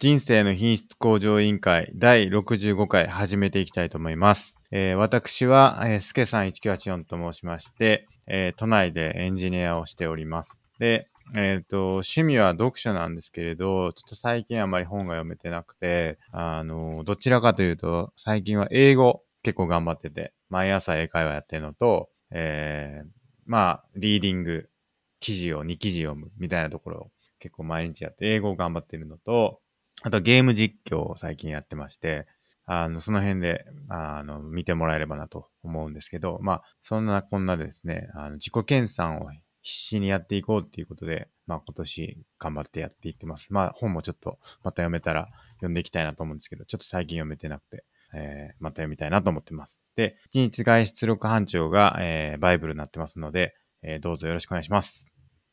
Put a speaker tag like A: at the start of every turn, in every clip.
A: 人生の品質向上委員会第65回始めていきたいと思います。えー私は、えー、すけさん1984と申しまして、えー都内でエンジニアをしております。で、えっ、と、趣味は読書なんですけれど、ちょっと最近あまり本が読めてなくて、あの、どちらかというと、最近は英語結構頑張ってて、毎朝英会話やってるのと、えーまあ、リーディング、記事を2記事読むみたいなところを結構毎日やって、英語を頑張ってるのと、あとゲーム実況を最近やってまして、あの、その辺で、あの、見てもらえればなと思うんですけど、まあ、そんなこんなでですね、あの自己研鑽を必死にやっていこうっていうことで、まあ今年頑張ってやっていってます。まあ本もちょっとまた読めたら読んでいきたいなと思うんですけど、ちょっと最近読めてなくて、えーまた読みたいなと思ってます。で、一日外出力班長が、えーバイブルになってますので、えーどうぞよろしくお願いします。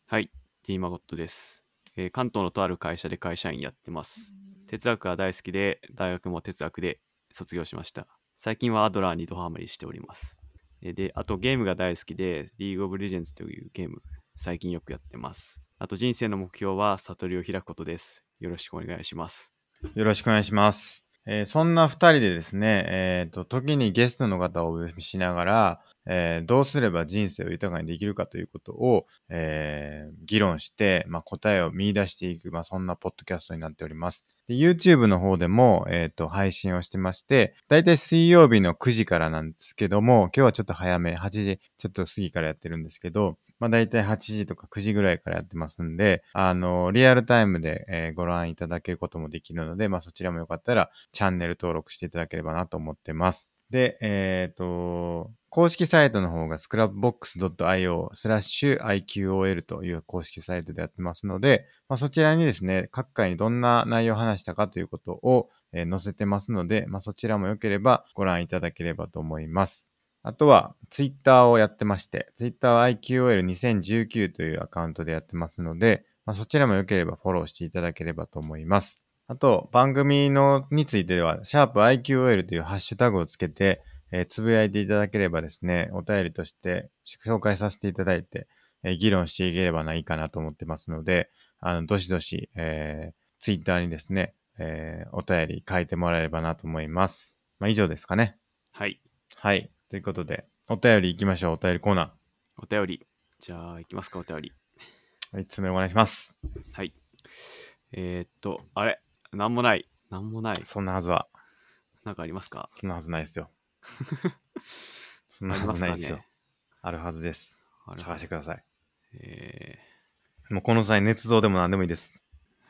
B: はい、ティーマゴットです、えー関東のとある会社で会社員やってます。哲学が大好きで、大学も哲学で卒業しました。最近はアドラーにドハマりしております。えーで、あとゲームが大好きで、リーグオブレジェンズというゲーム、最近よくやってます。あと人生の目標は悟りを開くことです。よろしくお願いします。
A: よろしくお願いします。えーそんな二人でですね、えーと、時にゲストの方をお呼びしながら、えーどうすれば人生を豊かにできるかということを、えー議論して、まあ、答えを見出していく、まあ、そんなポッドキャストになっております。で YouTube の方でも、えーと、配信をしてまして、だいたい水曜日の9時からなんですけども、今日はちょっと早め、8時、ちょっと過ぎからやってるんですけど、まあ、大体8時とか9時ぐらいからやってますんで、あの、リアルタイムで、えーご覧いただけることもできるので、まあ、そちらもよかったら、チャンネル登録していただければなと思ってます。で、えっ、と、公式サイトの方が scrapbox.io スラッシュ IQOL という公式サイトでやってますので、まあ、そちらにですね、各回にどんな内容を話したかということを、えー載せてますので、まあ、そちらもよければご覧いただければと思います。あとは、ツイッターをやってまして、ツイッターは IQL2019 というアカウントでやってますので、まあ、そちらも良ければフォローしていただければと思います。あと、番組のについては、シャープ i q l というハッシュタグをつけて、えーつぶやいていただければですね、お便りとして紹介させていただいて、えー議論していければないいかなと思ってますので、あの、どしどし、えー、ツイッターにですね、えーお便り書いてもらえればなと思います。まあ、以上ですかね。
B: はい、
A: はい。ということで、お便り行きましょう。お便りコーナ
B: お便り。じゃあ、いきますか、お便り。
A: ー。1つ目お願いします。
B: はい。えー、っと、あれ、なんもない。なんもない。
A: そんなはずは、
B: なんかありますか
A: そんなはずないです よ。そんな
B: あり
A: は
B: ま
A: ず
B: す
A: ない
B: か
A: ですよ。
B: ね。
A: あるはずです。
B: あるは
A: 探してください。
B: えー
A: もうこの際、捏造でも何でもいいです。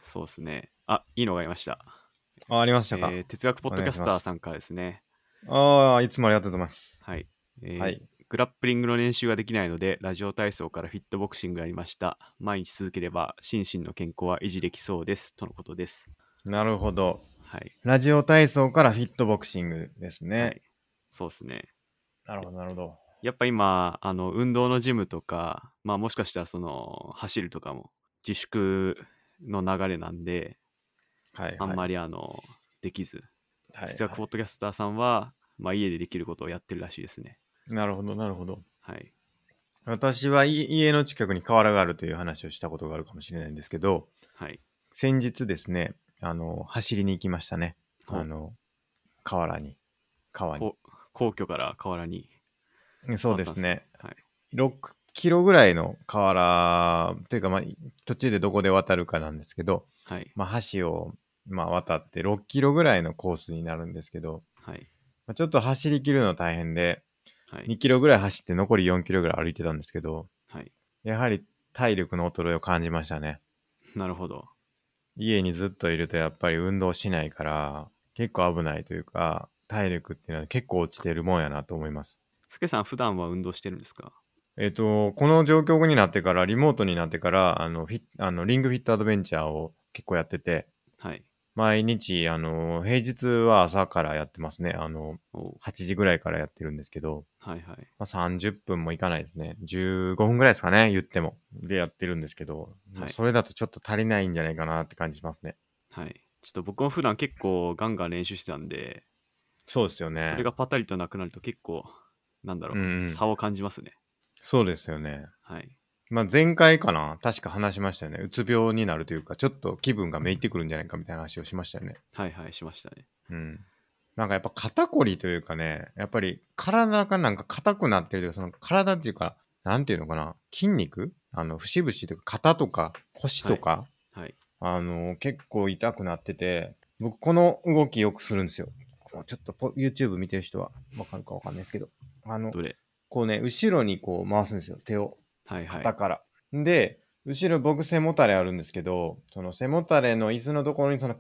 B: そうですね。あ、いいのがありました。
A: あ、ありまし
B: え
A: たか。
B: ー哲学ポッドキャスターさんからですね。
A: ああ、いつもありがとうございます。
B: はい、えー
A: はい。
B: グラップリングの練習ができないので、ラジオ体操からフィットボクシングやりました。毎日続ければ、心身の健康は維持できそうです。とのことです。
A: なるほど。
B: はい。
A: ラジオ体操からフィットボクシングですね。
B: はい、そうですね。
A: なるほど、なるほど。
B: やっぱ今、あの、運動のジムとか、まあもしかしたらその、走るとかも、自粛の流れなんで、
A: はい、はい。
B: あんま
A: り。
B: りあの、できず。
A: はい
B: 哲学ポッドキャスターさんは、まあ家でできることをやってるらしいですね。
A: なるほど、なるほど。
B: はい。
A: 私はい家の近くに河原があるという話をしたことがあるかもしれないんですけど、
B: はい。
A: 先日ですね、あの、走りに行きましたね。
B: ほう
A: あの、河原に。川に。
B: こ皇居から河原に。
A: そうですね。
B: はい
A: 6キロぐらいの河原、というか、まあ、途中でどこで渡るかなんですけど、
B: はい。
A: まあ、橋を、まあ、渡って6キロぐらいのコースになるんですけど、
B: はい。
A: まあ、ちょっと走り切るの大変で、
B: はい。
A: 2キロぐらい走って残り4キロぐらい歩いてたんですけど、
B: はい。
A: やはり体力の衰えを感じましたね。
B: なるほど。
A: 家にずっといるとやっぱり運動しないから結構危ないというか体力っていうのは結構落ちてるもんやなと思います。
B: すけさん、普段は運動してるんですか
A: えっ、とこの状況になってからリモートになってからあのフィッあのリングフィットアドベンチャーを結構やってて
B: はい。
A: 毎日あの平日は朝からやってますねあの
B: おう
A: 8時ぐらいからやってるんですけど、
B: はいはい。
A: まあ、30分もいかないですね15分ぐらいですかね言ってもでやってるんですけど、まあ
B: はい
A: それだとちょっと足りないんじゃないかなって感じしますね。
B: はい。ちょっと僕も普段結構ガンガン練習してたんで、
A: そうですよね。
B: それがパタリとなくなると結構、なんだろう、
A: うんうん
B: 差を感じますね。
A: そうですよね。
B: はい。
A: まあ、前回かな確か話しましたよね。うつ病になるというか、ちょっと気分がめいってくるんじゃないかみたいな話をしましたよね。
B: はいはい、しましたね。
A: うん。なんかやっぱ肩こりというかね、やっぱり体がなんか硬くなってるというか、その体っていうか、なんていうのかな、筋肉あの、節々というか、肩とか腰とか、
B: はい。
A: あの、結構痛くなってて、僕この動きよくするんですよ。こうちょっとポ YouTube 見てる人はわかるかわかんないですけど、あの、
B: どれ
A: こうね、後ろにこう回すんですよ、手を。
B: はいはい。
A: 肩から。で、後ろ僕背もたれあるんですけど、その背もたれの椅子のところにその、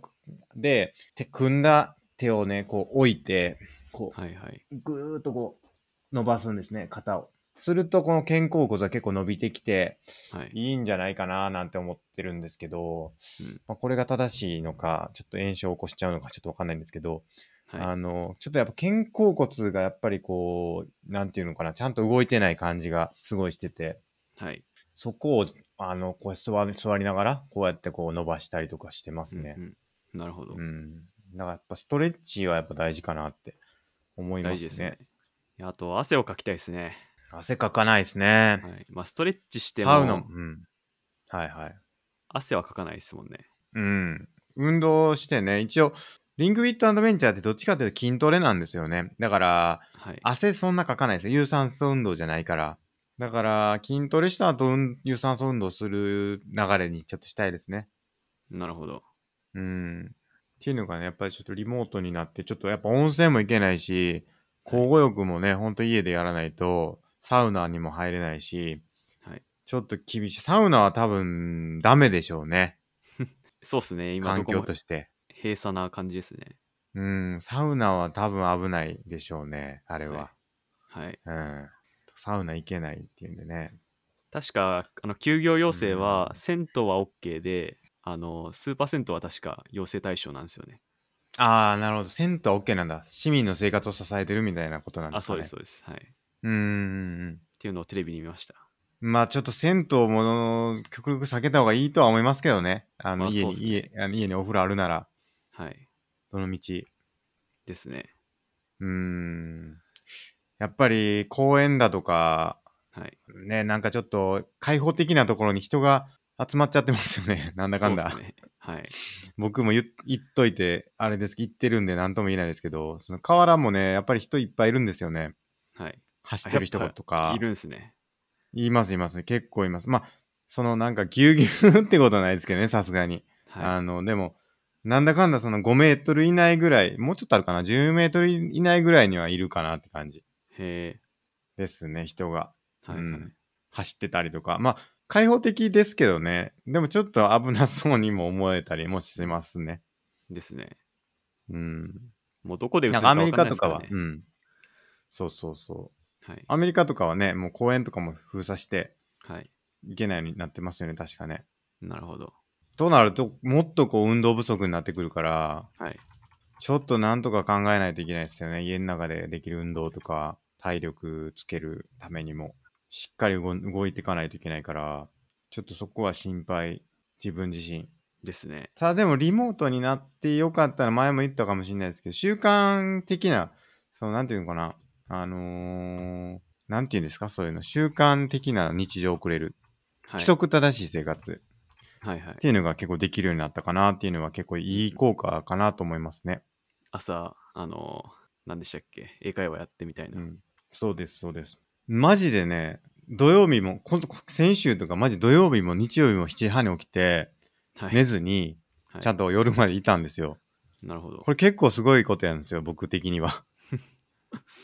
A: で、手組んだ手をね、こう置いて、こ
B: はいはい。
A: う、ぐーっとこう、伸ばすんですね、肩を。すると、この肩甲骨は結構伸びてきて、
B: はい。
A: いいんじゃないかななんて思ってるんですけど、
B: うん
A: まあ、これが正しいのか、ちょっと炎症を起こしちゃうのかちょっとわかんないんですけど、
B: は
A: あの、ちょっとやっぱ肩甲骨がやっぱりこう、なんていうのかな、ちゃんと動いてない感じがすごいしてて、
B: い。はい。
A: そこを、あの、こう座り座りながら、こうやってこう伸ばしたりとかしてますね
B: う。んうんなるほど。
A: うん、だからやっぱストレッチはやっぱ大事かなって思いますね。
B: 大事ですね。いやあと、汗をかきたいですね。
A: 汗かかないですね
B: は。い。まあ、ストレッチして
A: サウナも、
B: も、
A: うん。はいはい。
B: 汗はかかないですもんね。
A: うん。運動してね、一応、リングフィットアドベンチャーってどっちかというと筋トレなんですよね。だから、
B: はい。
A: 汗そんなかかないですよ。有酸素運動じゃないから。だから、筋トレした後、うん有酸素運動する流れにちょっとしたいですね。
B: なるほど。
A: うん。っていうのがね、やっぱりちょっとリモートになって、ちょっとやっぱ温泉も行けないし、交互浴もね、ほんと家でやらないと、サウナにも入れないし、
B: はい
A: ちょっと厳しい。サウナは多分ダメでしょうね。
B: そうですね。今
A: 環
B: どこ
A: 境
B: も
A: として。
B: 閉鎖な感じですね。
A: うん、サウナは多分危ないでしょうね、あれは。
B: はい。
A: うん。サウナ行けないっていうんでね。
B: 確か、あの休業要請は
A: う、ん
B: 銭湯は OK で、あの、スーパー銭湯は確か要請対象なんですよね。
A: ああ、なるほど。銭湯は OK なんだ。市民の生活を支えてるみたいなことなんで
B: あ、
A: すか
B: そう
A: ね。
B: です、そうです。はい。っ
A: うーん。
B: ていうのをテレビに見ました。
A: まあちょっと銭湯も極力避けた方がいいとは思いますけどね。あの、
B: まあ
A: 家
B: そう
A: に、
B: っすね
A: 家あの家にお風呂あるなら、
B: はい。
A: どの道。
B: ですね。
A: うーん。やっぱり公園だとか、
B: はい。
A: ね、なんかちょっと開放的なところに人が集まっちゃってますよね。 なんだかんだ。
B: そうっすね。はい。
A: 僕も言っ言っといて、あれです、言ってるんで何とも言えないですけど、その河原もね、やっぱり人いっぱいいるんですよね。
B: はい。
A: 走ってる人とか
B: い。るんですね。
A: いますいます。結構います。まあ、そのなんかぎゅうぎゅうってことはないですけどね、さすがに。
B: は
A: あの、でも、なんだかんだその5メートル以内ぐらい、もうちょっとあるかな、10メートル以内ぐらいにはいるかなって感じ
B: い。へえ。
A: ですね、人が
B: はい。
A: うん
B: はい
A: 走ってたりとか。まあ、開放的ですけどね、でもちょっと危なそうにも思えたりもしますね。
B: ですね。
A: うん。
B: もうどこで映る
A: なんかア
B: かわかんな
A: メ
B: い
A: リ
B: で
A: カと
B: すか
A: からは
B: ね、。
A: うん。そうそうそう。
B: はい。
A: アメリカとかはね、もう公園とかも封鎖して
B: はい。
A: いけないようになってますよね、確かね。
B: なるほど。
A: となると、もっとこう運動不足になってくるから、
B: はい。
A: ちょっとなんとか考えないといけないですよね。家の中でできる運動とか、体力つけるためにも、しっかり動動いていかないといけないから、ちょっとそこは心配、自分自身。
B: ですね。
A: ただでもリモートになってよかったら前も言ったかもしれないですけど、習慣的な、そのなんていうのかな、あのー、なんていうんですか、そういうの、習慣的な日常を送れる。
B: はい。
A: 規則正しい生活。
B: はいはい
A: っていうのが結構できるようになったかなっていうのは結構いい効果かなと思いますね。
B: 朝、あのー、何でしたっけ英会話やってみたいうな。
A: ん。そうです、そうです。マジでね、土曜日も、ここ先週とかマジ土曜日も日曜日も7時半に起きて、
B: はい。
A: 寝ずに、
B: はい
A: ちゃんと夜までいたんですよ。
B: なるほど
A: こ。れ結構すごいことやんですよ、僕的に は。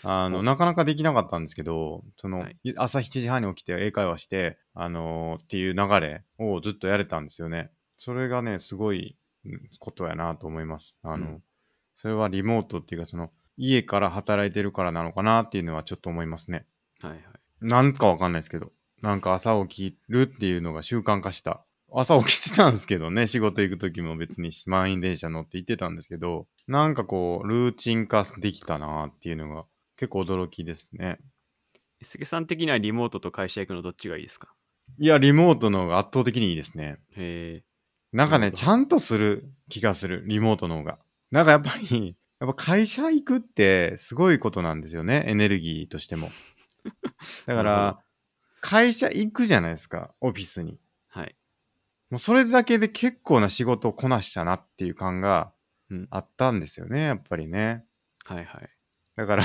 A: あ
B: お
A: の、なかなかできなかったんですけど、その、
B: はい
A: 朝7時半に起きて英会話して、あのーっていう流れをずっとやれたんですよね。それがね、すごいうんことやなと思います。あの、
B: うん
A: それはリモートっていうか、その、家から働いてるからなのかなっていうのはちょっと思いますね。
B: はいはい。
A: なんかわかんないですけど、なんか朝起きるっていうのが習慣化した。朝起きてたんですけどね、仕事行く時も別に満員電車乗って行ってたんですけど、なんかこう、ルーチン化できたなっていうのが結構驚きですね。
B: すげさん的にはリモートと会社行くのどっちがいいですか
A: いや、リモートの方が圧倒的にいいですね。
B: へえ。
A: なんか
B: な
A: ね、
B: るほど
A: ちゃんとする気がする、リモートの方が。なんかやっぱり、やっぱ会社行くってすごいことなんですよね、エネルギーとしても。だか
B: なる
A: ら、会社行くじゃないですか、オフィスに。
B: はい。
A: もうそれだけで結構な仕事をこなしたなっていう感が
B: うん。
A: あったんですよね、やっぱりね。
B: はいはい。
A: だから、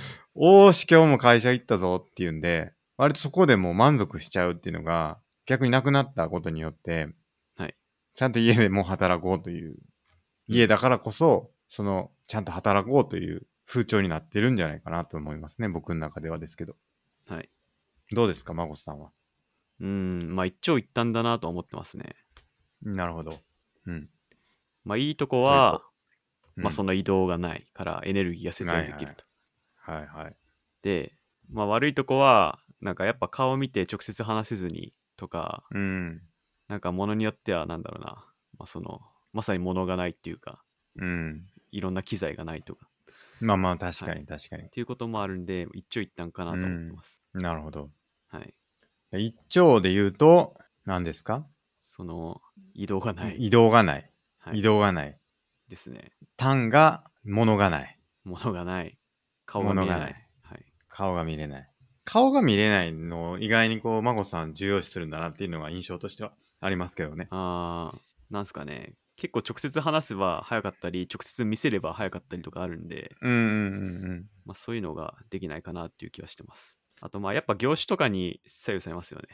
A: おーし、今日も会社行ったぞっていうんで、割とそこでもう満足しちゃうっていうのが、逆になくなったことによって、
B: はい
A: ちゃんと家でもう働こうという、家だからこそ、その、ちゃんと働こうという風潮になってるんじゃないかなと思いますね、僕の中ではですけど。
B: はい。
A: どうですか、孫さんは。
B: うん。まあ一長一短だなとは思ってますね。
A: なるほど。うん。
B: まあいいとこは、まあそ
A: の、
B: の移動がないからエネルギーが節約で
A: は
B: き
A: い
B: る
A: はい
B: と。
A: はいはい。
B: で、まあ悪いとこは、なんかやっぱ顔見て直接話せずにとか、
A: うん。
B: なんか物によってはなんだろうな、まあその、まさに物がないっていうか、
A: うん。
B: いろんな機材がないとか、
A: まあまあ、確かに確かに
B: っ。ていうこともあるんで、一長一短かなと思ってます。
A: なるほど。
B: はい。
A: 一丁で言うと、何ですか
B: その、移動がない。
A: 移動がない。
B: はい
A: 移動がない。
B: ですね。
A: 単が物がない。
B: 物がない。顔が見えない。
A: 物がない
B: はい。
A: 顔が見れない。顔が見れないのを意外にこう、孫さん重要視するんだなっていうのが印象としてはありますけどね。
B: あー、なんすかね。結構直接話せば早かったり、直接見せれば早かったりとかあるんで、
A: うんうんうん
B: まあ、そういうのができないかなっていう気はしてます。あとまあやっぱ業種とかに左右されますよね。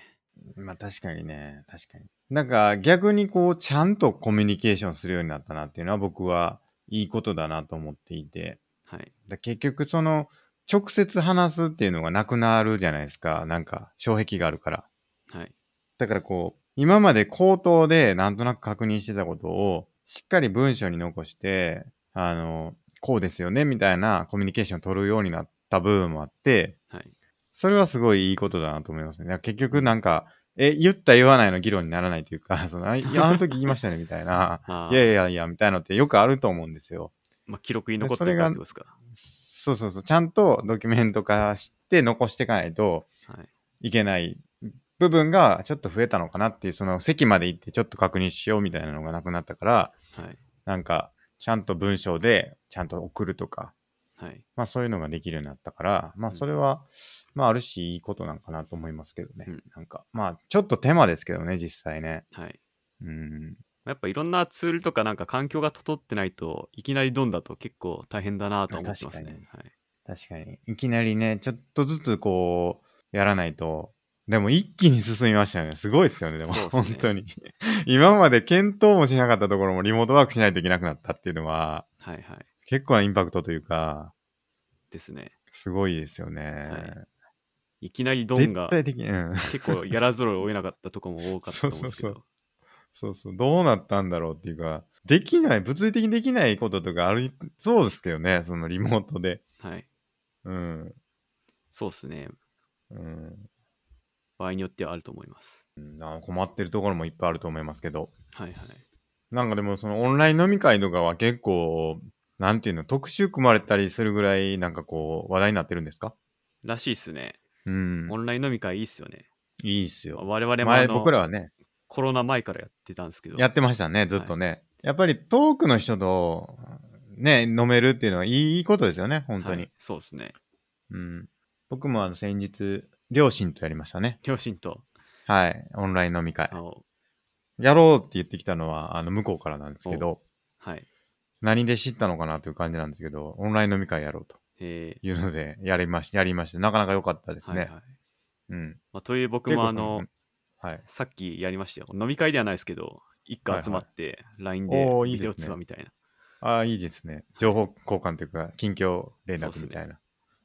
A: うん。まあ確かにね、確かに。なんか逆にこう、ちゃんとコミュニケーションするようになったなっていうのは僕はいいことだなと思っていて。
B: はい。
A: だ結局その、直接話すっていうのがなくなるじゃないですか。なんか、障壁があるから。
B: はい。
A: だからこう、今まで口頭でなんとなく確認してたことを、しっかり文章に残して、あの、こうですよね、みたいなコミュニケーションを取るようになった部分もあって、
B: はい。。
A: それはすごいいいことだなと思いますね。だから結局なんか、え、言った言わないの議論にならないというか、そのあいや、あの時言いましたね、みたいな
B: あ
A: い
B: ー
A: やいやいや、みたいなのってよくあると思うんですよ。
B: まあ記録に残って
A: それ
B: る
A: が
B: からってことですか。
A: そうそうそう。ちゃんとドキュメント化して残していかないと、
B: はい。
A: いけない部分がちょっと増えたのかなっていう、その席まで行ってちょっと確認しようみたいなのがなくなったから、
B: はい。
A: なんか、ちゃんと文章でちゃんと送るとか、
B: はい。
A: まあそういうのができるようになったから、まあ
B: うん
A: それは、まああるしいいことなんかなと思いますけどね。
B: うん
A: なんか、まあちょっと手間ですけどね、実際ね。
B: はい。
A: うん。
B: やっぱいろんなツールとかなんか環境が整ってないといきなりドンだと結構大変だなと思ってますね。はい、
A: 確かに。いきなりね、ちょっとずつこう、やらないと、でも一気に進みましたよね。すごいですよね、でも、
B: そうっすね
A: 本当に。今まで検討もしなかったところもリモートワークしないといけなくなったっていうのは、
B: はい、はい。
A: 結構なインパクトというか、
B: ですね。
A: すごいですよね。
B: いきなりドン
A: 絶
B: が
A: 対的に、うん。
B: 結構やらざるを得なかったとこも多かったと思うんですけど。
A: そうそうそう、どうなったんだろうっていうか、できない、物理的にできないこととかある、そうですけどね、そのリモートで。
B: はい。
A: うん。
B: そうですね。
A: うん。
B: 場合によってはあると思います。
A: うんあ困ってるところもいっぱいあると思いますけど。
B: はいはい。
A: なんかでもそのオンライン飲み会とかは結構、なんていうの、特集組まれたりするぐらいなんかこう話題になってるんですから
B: しいっすね。
A: うん
B: オ。ンライン飲み会いいっすよね。
A: いいっすよ。
B: 我々もあ
A: 前、
B: の
A: 僕らはね、
B: コロナ前からやってたんですけど。
A: やってましたね、ずっとね。やっぱり遠くの人と、ね、飲めるっていうのはいいことですよね、本当に。
B: はいそうですね。
A: うん。僕もあの先日、両親とやりましたね。
B: 両親と、
A: はい。オンライン飲み会
B: あ。の、
A: やろうって言ってきたのは、あの、向こうからなんですけど、
B: はい。
A: 何で知ったのかなという感じなんですけど、オンライン飲み会やろうと
B: え
A: いうので、やりました、やりました。なかなか良かったで
B: ー
A: す
B: はい
A: ね。
B: はい。
A: うん。
B: まあ、という僕もあの
A: 結、構そ、はい。
B: さっきやりましたよ。飲み会ではないですけど、一家集まって、LINE で
A: おーいい
B: ビ
A: ですね
B: デオ通話みたいな。
A: ああ、いいですね。情報交換というか、近況連絡みたいな。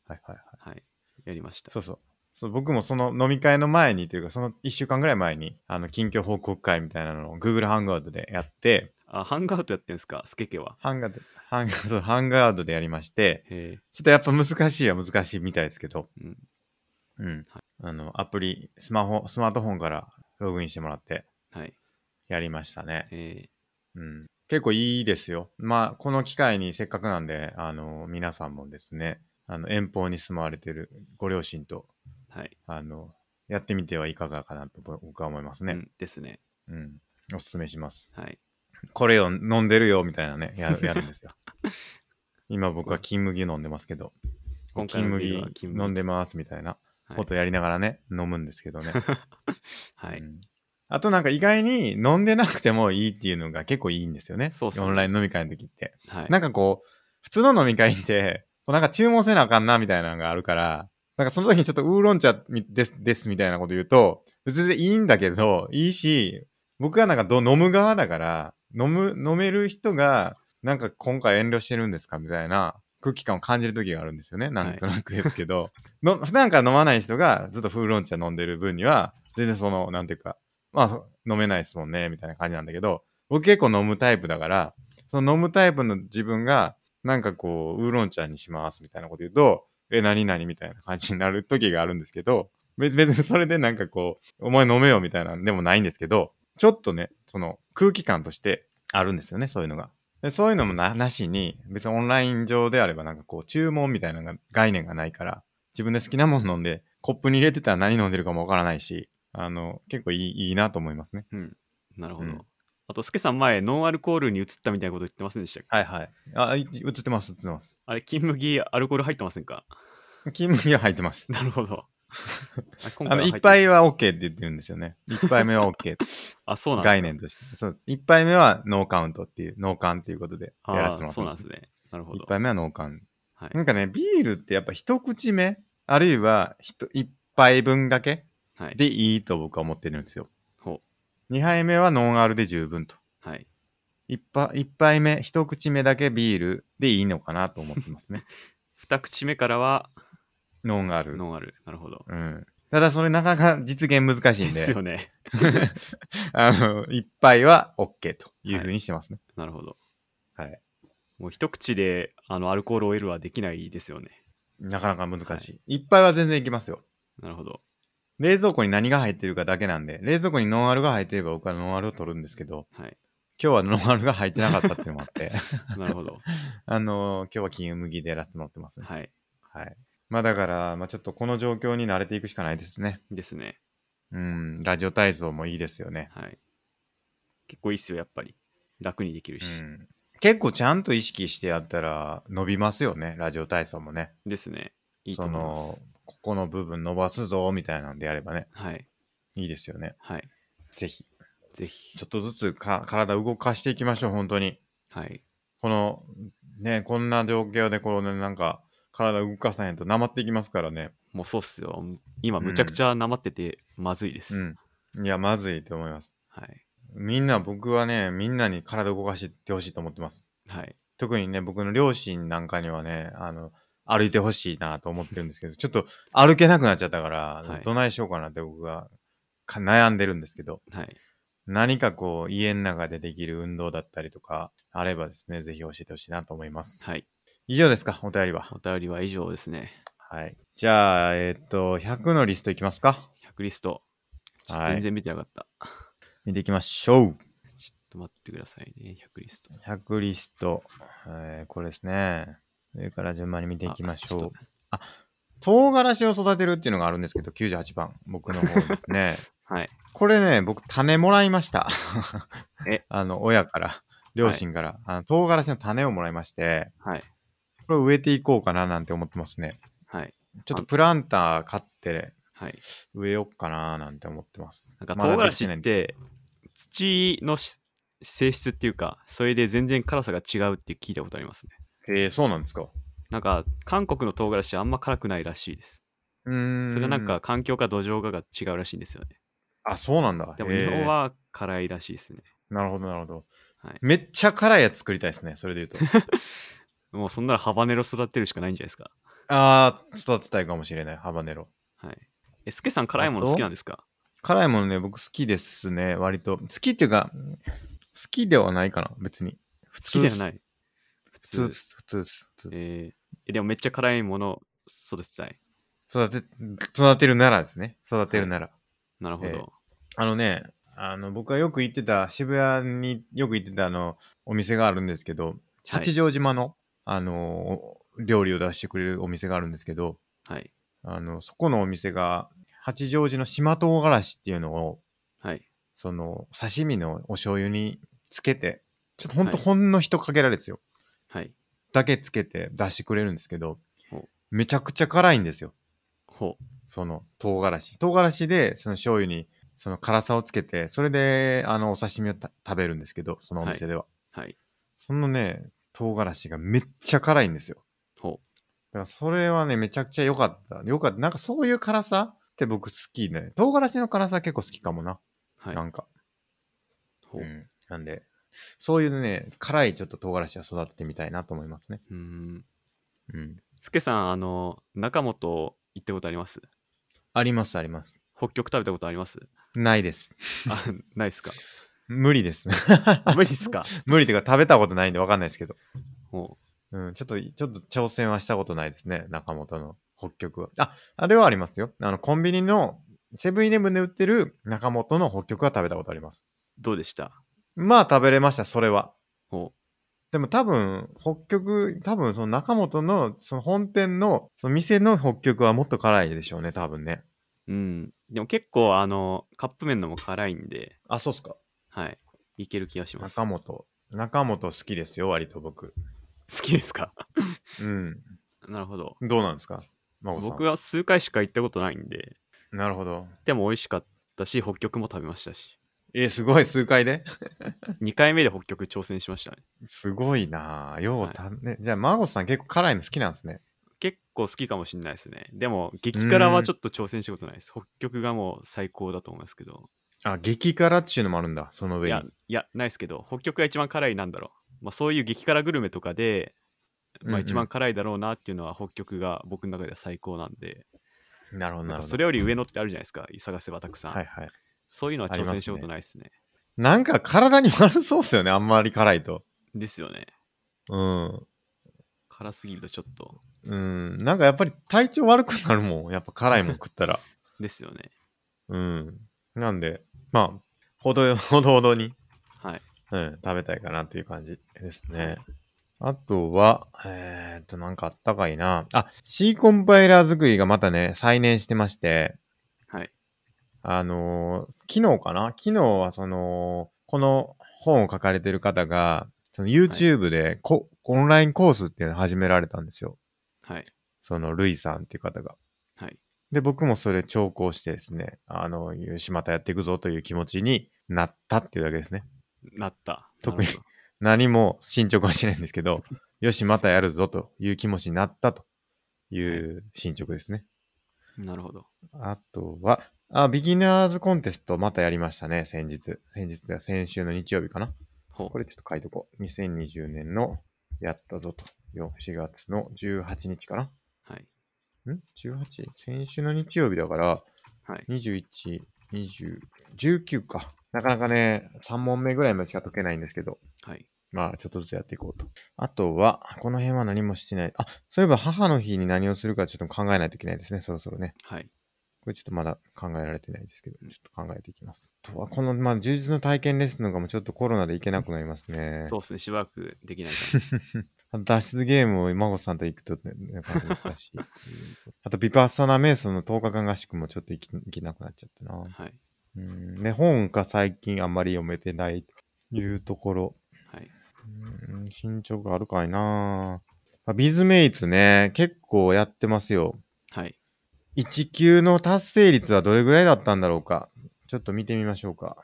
A: はいはいはい。
B: はい。やりました。
A: そうそう。そう僕もその飲み会の前にというか、その1週間ぐらい前に、あの、近況報告会みたいなのを Google ハンガードでやって、
B: あ、ハンガーウトやってんすか、スケケは。
A: ハンガード、ハンガード、 ハンガードでやりまして、
B: へ
A: ちょっとやっぱ難しいは難しいみたいですけど、
B: え。うん。
A: うん。
B: は
A: あの、アプリ、スマホ、スマートフォンからログインしてもらって
B: はい。
A: やりましたね。
B: え
A: うん。結構いいですよ。まあ、この機会にせっかくなんで、あの、皆さんもですね、あの、遠方に住まわれてるご両親と、
B: ーはい。
A: あの、やってみてはいかがかなと僕は思いますね。
B: うんですね。
A: うん。おすすめします。
B: はい。
A: これを飲んでるよみたいなね、 やるやるんですよ。今僕は金麦飲んでますけど、
B: 今
A: 金
B: 回のビー
A: 麦
B: ルは金麦
A: 飲んでますみたいな。
B: はい
A: 音やりながらね、飲むんですけどね。
B: はい、
A: うんあとなんか意外に飲んでなくてもいいっていうのが結構いいんですよね。
B: そうっすね
A: オンライン飲み会の時って。
B: はい
A: なんかこう、普通の飲み会って、こうなんか注文せなあかんなみたいなのがあるから、なんかその時にちょっとウーロン茶みですですみたいなこと言うと、別にいいんだけど、いいし、僕はなんかど飲む側だから、飲む、飲める人が、なんか今回遠慮してるんですかみたいな空気感を感じる時があるんですよね。なんとなくですけど。 の普段から飲まない人がずっとフーロン茶飲んでる分には、全然その、なんていうか、まあ、そ飲めないですもんね、みたいな感じなんだけど、僕結構飲むタイプだから、その飲むタイプの自分が、なんかこう、ウーロン茶にしますみたいなこと言うと、え、何々みたいな感じになる時があるんですけど、別別にそれでなんかこう、お前飲めよみたいなんでもないんですけど、ちょっとね、その空気感としてあるんですよね、そういうのが。でそういうのもななしに、別にオンライン上であればなんかこう、注文みたいなのが概念がないから、自分で好きなもの飲んで、コップに入れてたら何飲んでるかもわからないし、あの、結構いいいいなと思いますね。
B: なるほど、
A: うん
B: あとスケさん前ノンアルコールに移ったみたいなこと言ってませんでしたっけ
A: はいはい。あ、い映ってます、映ってます。
B: あれ金麦アルコール入ってませんか
A: 金麦は入ってます。
B: なるほどあ今
A: あの、
B: 回は入って
A: 一杯は OK って言ってるんですよね。一杯目は OK って
B: あそうなんです
A: 概念として。そうです。一杯目はノーカウントっていう、ノーカンっていうことでやら
B: あ
A: せても
B: ー
A: らって
B: そうな
A: ま
B: ん
A: す。
B: ですねなるほど
A: 一杯目はノーカン。
B: はい
A: なんかね、ビールってやっぱ一口目、あるいはひと一杯分だけ
B: はい
A: でいいと僕は思ってるんですよ。
B: ほ
A: 二杯目はノンアルで十分と。
B: うはい
A: 一杯一杯目、一口目だけビールでいいのかなと思ってます ね。
B: 二口目からは
A: ノンアル。
B: ノンアルなるほど
A: うん。ただそれなかなか実現難しい
B: で
A: ん
B: す
A: で、
B: よね
A: あの、一杯は OK というふうにしてますね。
B: なるほど
A: はい。
B: もう一口であのアルコールを得るはできないですよね
A: なかなか難しい。一杯は全然いきますよ。
B: なるほど
A: 冷蔵庫に何が入ってるかだけなんで、冷蔵庫にノンアルが入ってれば僕はノンアルを取るんですけど、
B: はい
A: 今日はノンアルが入ってなかったっていうのもあって、
B: なるほど
A: あのー今日は金麦でやらせてもらってますね。
B: はい
A: はい。まあだから、まあちょっとこの状況に慣れていくしかないですね。
B: ですね
A: うん、ラジオ体操もいいですよね。
B: はい結構いいっすよやっぱり楽にできる
A: う
B: し、
A: ん。結構ちゃんと意識してやったら伸びますよね、ラジオ体操もね。
B: ですねいいと
A: そ
B: 思いま
A: の
B: す、
A: ここの部分伸ばすぞ、みたいなんでやればね、
B: はい
A: いいですよね。
B: はい
A: ぜひ、
B: ぜひ
A: ちょっとずつか体動かしていきましょう、本当に。
B: はい
A: この、ね、こんな状況で、このね、なんか、体動かさへんと、なまっていきますからね。
B: もうそうっすよ今むちゃくちゃなまっててまずいです、
A: うん。いや、まずいと思います。
B: はい
A: みんな、僕はね、みんなに体動かしてほしいと思ってます。
B: はい
A: 特にね、僕の両親なんかにはね、あの、歩いてほしいなと思ってるんですけど、ちょっと歩けなくなっちゃったから、
B: はい
A: どないしようかなって僕はか悩んでるんですけど、
B: はい
A: 何かこう、家の中でできる運動だったりとか、あればですね、ぜひ教えてほしいなと思います。
B: はい
A: 以上ですか、お便りは。
B: お便りは以上ですね
A: はい。じゃあ、えっと、100のリストいきますか。
B: 100リストちょっと
A: はい
B: 全然見てなかった、
A: 見ていきましょう。
B: ちょっと待ってくださいね100リスト
A: 100リスト。えーこれですね。上から順番に見ていきましょ
B: あちょ
A: う
B: っ。
A: 唐辛子を育てるっていうのがあるんですけど、98番。僕の方です ね。
B: とはい
A: これね、僕、種もらいました。
B: え
A: あの、親から、両親から、あの唐辛子の種をもらいまして、
B: はい
A: これを植えていこうかななんて思ってますね。
B: はい
A: ちょっとプランター買って
B: はい
A: 植えようかななんて思ってます。
B: なんか
A: まだ
B: 唐
A: で
B: 辛
A: き
B: 子
A: ない
B: っ
A: んです
B: て土のし性質っていうかそれで全然辛さが違うって聞いたことありますね
A: えー、そうなんですか。
B: なんか韓国の唐辛子あんま辛くないらしいです
A: うーん。
B: それはなんか、環境か土壌かが違うらしいんですよね
A: あ、そうなんだ。
B: でも
A: へ
B: 日
A: ー
B: 本は辛いらしいですね
A: なるほど、なるほど。
B: はい
A: めっちゃ辛いやつ作りたいですね、それで言うと。
B: もうそんならハバネロ育てるしかないんじゃないですか
A: あー、育てたいかもしれない、ハバネロ。
B: はいえスケさん辛いもの好きなんですか
A: 辛いものね、僕好きですね、割と。好きっていうか、うん好きではないかな、別に。普。
B: 好きではないい普
A: 普通っす、普通っす、普通っす。
B: えーえでもめっちゃ辛いもの育てたい
A: 育て、育てるならですね、育てるなら。
B: なるほど、
A: えーあのね、あの、僕がよく行ってた、渋谷によく行ってたあの、お店があるんですけど、八丈島の、あの、料理を出してくれるお店があるんですけど、
B: はい
A: あの、そこのお店が、八丈島の島唐辛子っていうのを、
B: はい
A: その、刺身のお醤油につけて、ちょっとほんと
B: はい
A: ほんの一かけらですよ。
B: はい
A: だけつけて出してくれるんですけど
B: ほう、
A: めちゃくちゃ辛いんですよ。
B: ほう
A: その唐辛子唐辛子でその醤油にその辛さをつけてそれであのお刺身をた食べるんですけどそのお店では、
B: はい。
A: そのね唐辛子がめっちゃ辛いんですよ
B: ほ
A: だからそれはねめちゃくちゃ良かった良かったなんかそういう辛さって僕好きね唐辛子の辛さ結構好きかもな、
B: う。はい
A: な。んか
B: ほう。
A: う、
B: うん
A: なんで、そういうね、辛いちょっと唐辛子は育ててみたいなと思いますね。
B: ーん。
A: うん。
B: すけさん、あの、中本行ったことあります
A: あります、あります。
B: 北極食べたことあります
A: ないです。
B: あ、 ないっすか。
A: 無理です。
B: あ 無理っすか。
A: 無理っていうか食べたことないんでわかんないですけど。
B: ほ
A: うん、ちょっと、ちょっと挑戦はしたことないですね、中本の北極は。あ、あれはありますよ。あの、コンビニの、セブンイレブンで売ってる中本の北極は食べたことあります。
B: う。どうでした
A: まあ食べれました、それは。
B: ほ
A: でも多分、北極、多分その中本の、その本店の、その店の北極はもっと辛いでしょうね、多分ね。
B: う。うん。でも結構、あの、カップ麺のも辛いんで、
A: あ、そうっすか。
B: はい。いける気がします。
A: 中
B: 好
A: 本。中本好きですよ、割と僕。
B: きですか
A: うん。
B: なるほど。
A: どうなんですか孫さん。
B: 僕は数回しか行ったことないんで、
A: なるほど。
B: でも美味しかったし、北極も食べましたし、
A: えーすごい、数回で
B: 2回目で北極挑戦しましたね。
A: すごいなぁ。ようた、ね。じゃあ、孫さん結構辛いの好きなんですね。
B: 結構好きかもしれないですね。でも、激辛はちょっと挑戦したことないです。北極がもう最高だと思いますけど。
A: あ、激辛っちゅうのもあるんだ、その
B: い
A: 上
B: や
A: に。、
B: いや、ないですけど、北極が一番辛いなんだろう。まあ、そういう激辛グルメとかで、
A: うん
B: ま
A: う
B: あ、
A: ん
B: 一番辛いだろうなっていうのは、北極が僕の中では最高なんで、
A: なるほど、
B: な
A: なんる
B: か
A: ほ
B: そ
A: ど。
B: れより上のってあるじゃないですか、探せばたくさん。
A: はいはい。
B: そういうのは
A: あり
B: 挑
A: ますね
B: 戦したことないですね。
A: なんか体に悪そうっすよね、あんまり辛いと。
B: ですよね。
A: うん。
B: 辛すぎるとちょっと。
A: うん。なんかやっぱり体調悪くなるもん。やっぱ辛いもん食ったら。
B: ですよね。
A: うん。なんで、まあ、ほどよ、 ほどほどに
B: はい。
A: うん、食べたいかなという感じですね。あとは、えー、っと、なんかあったかいな。あ、C コンパイラー作りがまたね、再燃してまして、
B: はい。
A: あのー昨日かな昨日はその、この本を書かれてる方が、その YouTube でこ、オンラインコースっていうのを始められたんですよ。
B: はい。
A: その、ルイさんっていう方が。
B: はい。
A: で、僕もそれ聴講してですね、あの、よし、またやっていくぞという気持ちになったっていうだけですね。
B: なった。
A: 特に
B: なるほど
A: 何も進捗はしてないんですけど、よし、またやるぞという気持ちになったという進捗ですね。
B: なるほど。
A: あとは、あ、ビギナーズコンテストまたやりましたね、先日。先日では先週の日曜日かな。
B: ほう
A: これちょっと書いとこう。2020年のやったぞと。よ4月の18日かな。
B: はい。
A: ん ?18? 先週の日曜日だから、
B: はい。
A: 21、20、19か。なかなかね、3問目ぐらいまでしか解けないんですけど、
B: はい。
A: まあ、ちょっとずつやっていこうと。あとは、この辺は何もしてない。あ、そういえば母の日に何をするかちょっと考えないといけないですね、そろそろね。
B: はい。
A: これちょっとまだ考えられてないですけど、ちょっと考えていきます。あとは、この、まあ、充実の体験レッスンとかもちょっとコロナで行けなくなりますね。
B: そうですね。しばらくできないかも。
A: あと脱出ゲームを孫さんと行くと、ね、なんか難しいっていう。 あと、ビパッサナ瞑想の10日間合宿もちょっと行き行けなくなっちゃったな。
B: はい。
A: うん。ね、本が最近あんまり読めてないというところ。
B: はい。
A: うーん進捗があるかいなあビズメイツね、結構やってますよ。
B: はい。
A: 1級の達成率はどれぐらいだったんだろうか。ちょっと見てみましょうか。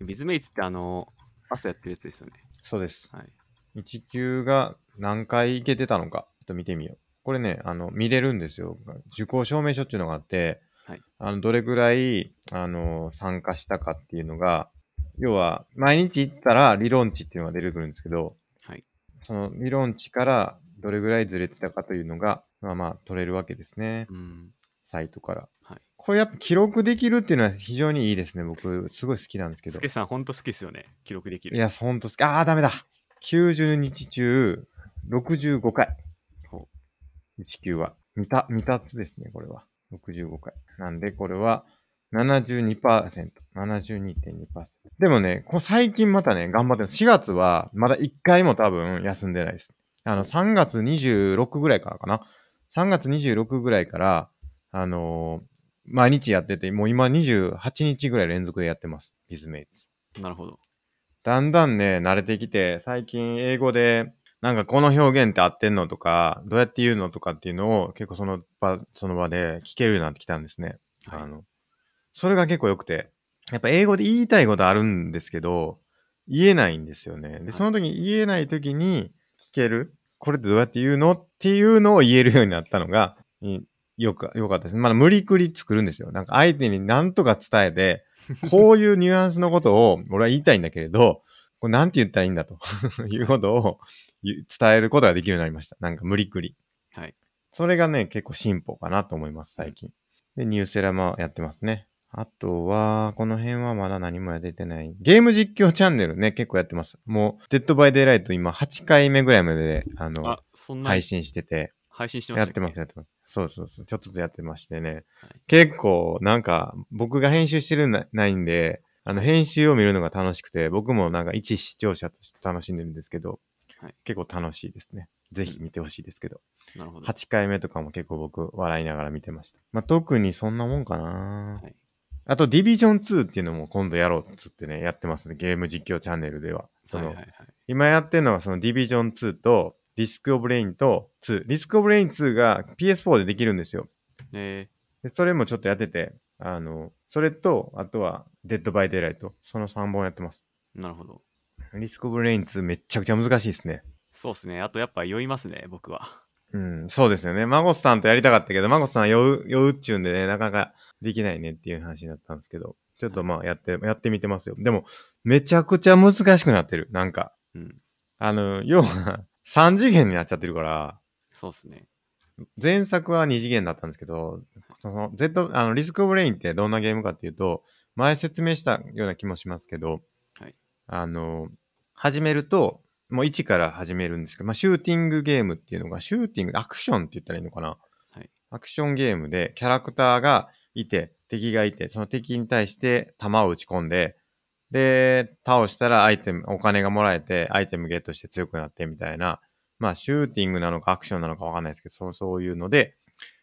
B: ビズメイツってあの、朝やってるやつですよね。
A: そうです。
B: はい。
A: 1級が何回いけてたのか、ちょっと見てみよう。これね、あの、見れるんですよ。受講証明書っていうのがあって、
B: はい
A: あのどれぐらい、あの、参加したかっていうのが、要は、毎日行ったら理論値っていうのが出てくるんですけど、
B: はい。
A: その理論値からどれぐらいずれてたかというのが、まあまあ取れるわけですね。
B: うん。
A: サイトから。
B: はい。
A: これやっぱ記録できるっていうのは非常にいいですね。僕、すごい好きなんですけど
B: ス。ケさん、ほんと好きですよね。記録できる。
A: いや、ほんと好き。ああ、ダメだ。90日中、65回。
B: ほ
A: 1級は。見た、見たつですね、これは。65回。なんで、これは72%。72.2%。でもね、こう最近またね、頑張ってる。4月は、まだ1回も多分休んでないです。あの、3月26ぐらいからかな。3月26ぐらいから、あのー毎日やってて、もう今28日ぐらい連続でやってます。ビズメイツ。
B: なるほど。
A: だんだんね、慣れてきて、最近英語でなんかこの表現って合ってんのとか、どうやって言うのとかっていうのを結構その場、その場で聞けるようになってきたんですね。
B: はい
A: あの、それが結構良くて、やっぱ英語で言いたいことあるんですけど、言えないんですよね。
B: は
A: で、
B: い
A: その時に言えない時に聞ける。これってどうやって言うのっていうのを言えるようになったのが、いよく、よかったですね。まだ無理くり作るんですよ。なんか相手に何とか伝えて、こういうニュアンスのことを俺は言いたいんだけれど、これなんて言ったらいいんだと いうことを言う伝えることができるようになりました。なんか無理くり。
B: はい。
A: それがね、結構進歩かなと思います、最近。で、ニュースラもやってますね。あとは、この辺はまだ何もやれてない。ゲーム実況チャンネルね、結構やってます。もう、デッドバイデイライト今8回目ぐらいまでで、あの、
B: あ、そんな
A: 配
B: 配
A: 信してて、
B: 信してま
A: やっ
B: し
A: た
B: って
A: ます、やってます。そうそうそう。ちょっとずつやってましてね。
B: はい
A: 結構、なんか、僕が編集してるんなないんで、あの、編集を見るのが楽しくて、僕もなんか一視聴者として楽しんでるんですけど、
B: はい
A: 結構楽しいですね。ぜひ見てほしいですけど。
B: なるほど。
A: 8回目とかも結構僕笑いながら見てました。まあ、特にそんなもんかな、
B: はい
A: あと、ディビジョン2っていうのも今度やろうっつってね、やってますね。ゲーム実況チャンネルでは。そ
B: はい
A: の、
B: はいはい。
A: 今やってるのがそのディビジョン2とリスクオブレインと2。リスクオブレイン2が PS4 でできるんですよ。
B: え
A: でそれもちょっとやってて、あの、それと、あとは、デッドバイデイライト。その3本やってます。
B: ー、なるほど。
A: リスクオブレイン2めっちゃくちゃ難しいですね。
B: そうですね。あとやっぱ酔いますね、僕は。
A: うん、そうですよね。マゴスさんとやりたかったけど、マゴスさんは酔う、酔うっちゅうんでね、なかなかできないねっていう話になったんですけど、ちょっとまあやって、やってみてますよ。でも、めちゃくちゃ難しくなってる。なんか、
B: うん。
A: あの、要は、3次元になっちゃってるから、
B: そうですね。
A: 前作は2次元だったんですけど、その、Z、あの、リスクオブレインってどんなゲームかっていうと、前説明したような気もしますけど、
B: はい
A: あの、始めると、もう1から始めるんですけど、まあ、シューティングゲームっていうのが、シューティング、アクションって言ったらいいのかな、
B: はい
A: アクションゲームで、キャラクターがいて、敵がいて、その敵に対して弾を打ち込んで、で、倒したらアイテム、お金がもらえて、アイテムゲットして強くなってみたいな、まあ、シューティングなのかアクションなのかわかんないですけど、そうそういうので、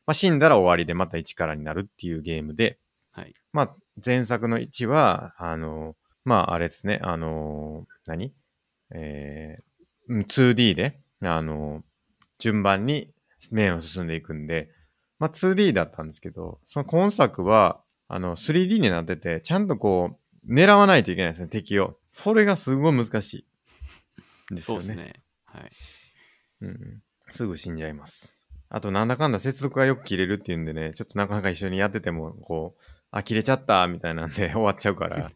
A: まあ、死んだら終わりでまた1からになるっていうゲームで、
B: はい
A: まあ、前作の1は、あの、まあ、あれですね、あの、何えー、うん 2D で、あの、順番に面を進んでいくんで、まあ、2D だったんですけど、その今作は、あの、3D になってて、ちゃんとこう、狙わないといけないですね、敵を。それがすごい難しい。です
B: そう
A: よ
B: です
A: ね。
B: ね。はい。
A: うんうん、すぐ死んじゃいます。あと、なんだかんだ接続がよく切れるっていうんでね、ちょっとなかなか一緒にやってても、こう、あ、切れちゃった、みたいなんで 終わっちゃうから、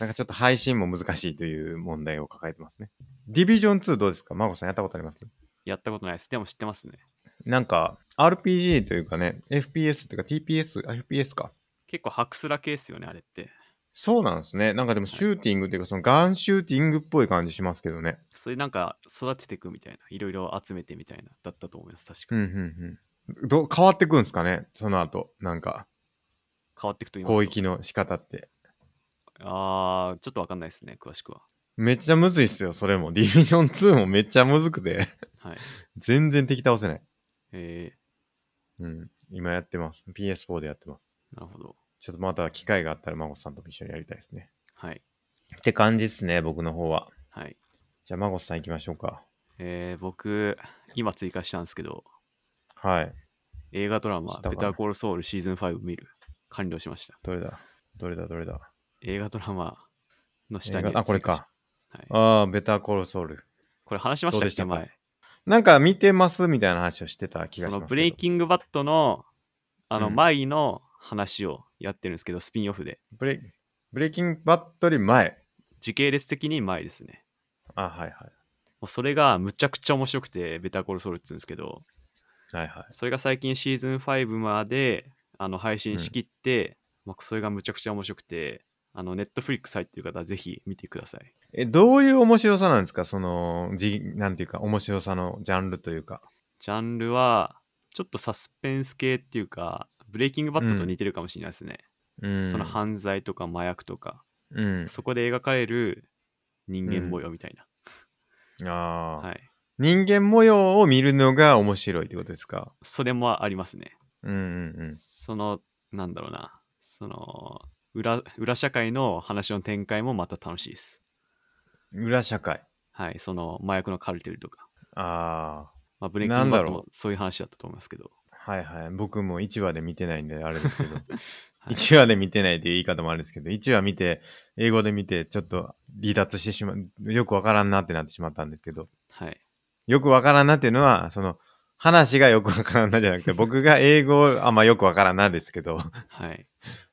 A: なんかちょっと配信も難しいという問題を抱えてますね。ディビジョン2どうですかマゴさんやったことあります
B: やったことないです。でも知ってますね。
A: なんか、RPG というかね、FPS というか TPS、あ FPS か。
B: 結構ハクスラ系ですよね、あれって。
A: そうなんですね。なんかでもシューティングというか、そのガンシューティングっぽい感じしますけどね。
B: それなんか育てていくみたいな、いろいろ集めてみたいな、だったと思います、確
A: う
B: か。
A: ん、うん、うん。どう変わってくんですかねその後、なんか、
B: 変わっていくと言います
A: 攻
B: と
A: 撃の仕方って。
B: あー、ちょっとわかんないですね、詳しくは。
A: めっちゃむずいっすよ、それも。ディビジョン2もめっちゃむずくて。
B: はい。
A: 全然敵倒せない。
B: え
A: うん。今やってます。PS4 でやってます。
B: ー、なるほど。
A: ちょっとまた機会があったら、マゴさんとも一緒にやりたいですね。
B: はい。
A: って感じっすね、僕の方は。
B: はい。
A: じゃあ、マゴさん行きましょうか。
B: えー、僕、今追加したんですけど、
A: はい。
B: 映画ドラ
A: し
B: マ、
A: たか
B: ベターコールソウルシーズン5見る。完了しました。
A: どれだどれだどれだ
B: 映画ドラマの下
A: 映
B: に。
A: 画あ、これか。。
B: はい、
A: ああ、ベターコールソウル。
B: これ話しました
A: どうで
B: っ
A: した
B: け
A: か
B: 前。
A: なんか見てますみたいな話をしてた気が
B: そ
A: しますけど。
B: のブレイキングバットの、あの、
A: うん
B: 前の話をやってるんですけど、スピンオフで。
A: ブレイブレイキングバットより前。
B: 時系列的に前ですね。
A: あ、はいはい。
B: もうそれがむちゃくちゃ面白くて、ベターコールソウルっつうんですけど、
A: はいはい。
B: それが最近シーズン5まであの配信しきって、まあ、それがむちゃくちゃ面白くて、あの、ネットフリックス入ってる方はぜひ見てください。
A: え、どういう面白さなんですかその、じ、なんていうか、面白さのジャンルというか。
B: ジャンルは、ちょっとサスペンス系っていうか、ブレイキングバットと似てるかもしれないですね。
A: うん
B: その犯罪とか麻薬とか、
A: うん。
B: そこで描かれる人間模様みたいな。
A: ああ、
B: はい。
A: 人間模様を見るのが面白いってことですか。
B: それもありますね。
A: うんうん
B: その、なんだろうな。その、裏、裏社会の話の展開もまた楽しいです。
A: うん。裏社会。
B: はい。その、麻薬のカルテルとか。
A: あ
B: まあ、ブレイキンバットもそういう話だったと思いますけど。
A: あ、はいはい。僕も1話で見てないんで、あれですけど。
B: はい
A: 1話で見てないっていう言い方もあるんですけど、1話見て、英語で見て、ちょっと離脱してしまう、よくわからんなってなってしまったんですけど、
B: はい。
A: よくわからんなっていうのは、その、話がよくわからんなじゃなくて、僕が英語をあんまよくわからんなですけど、
B: はい。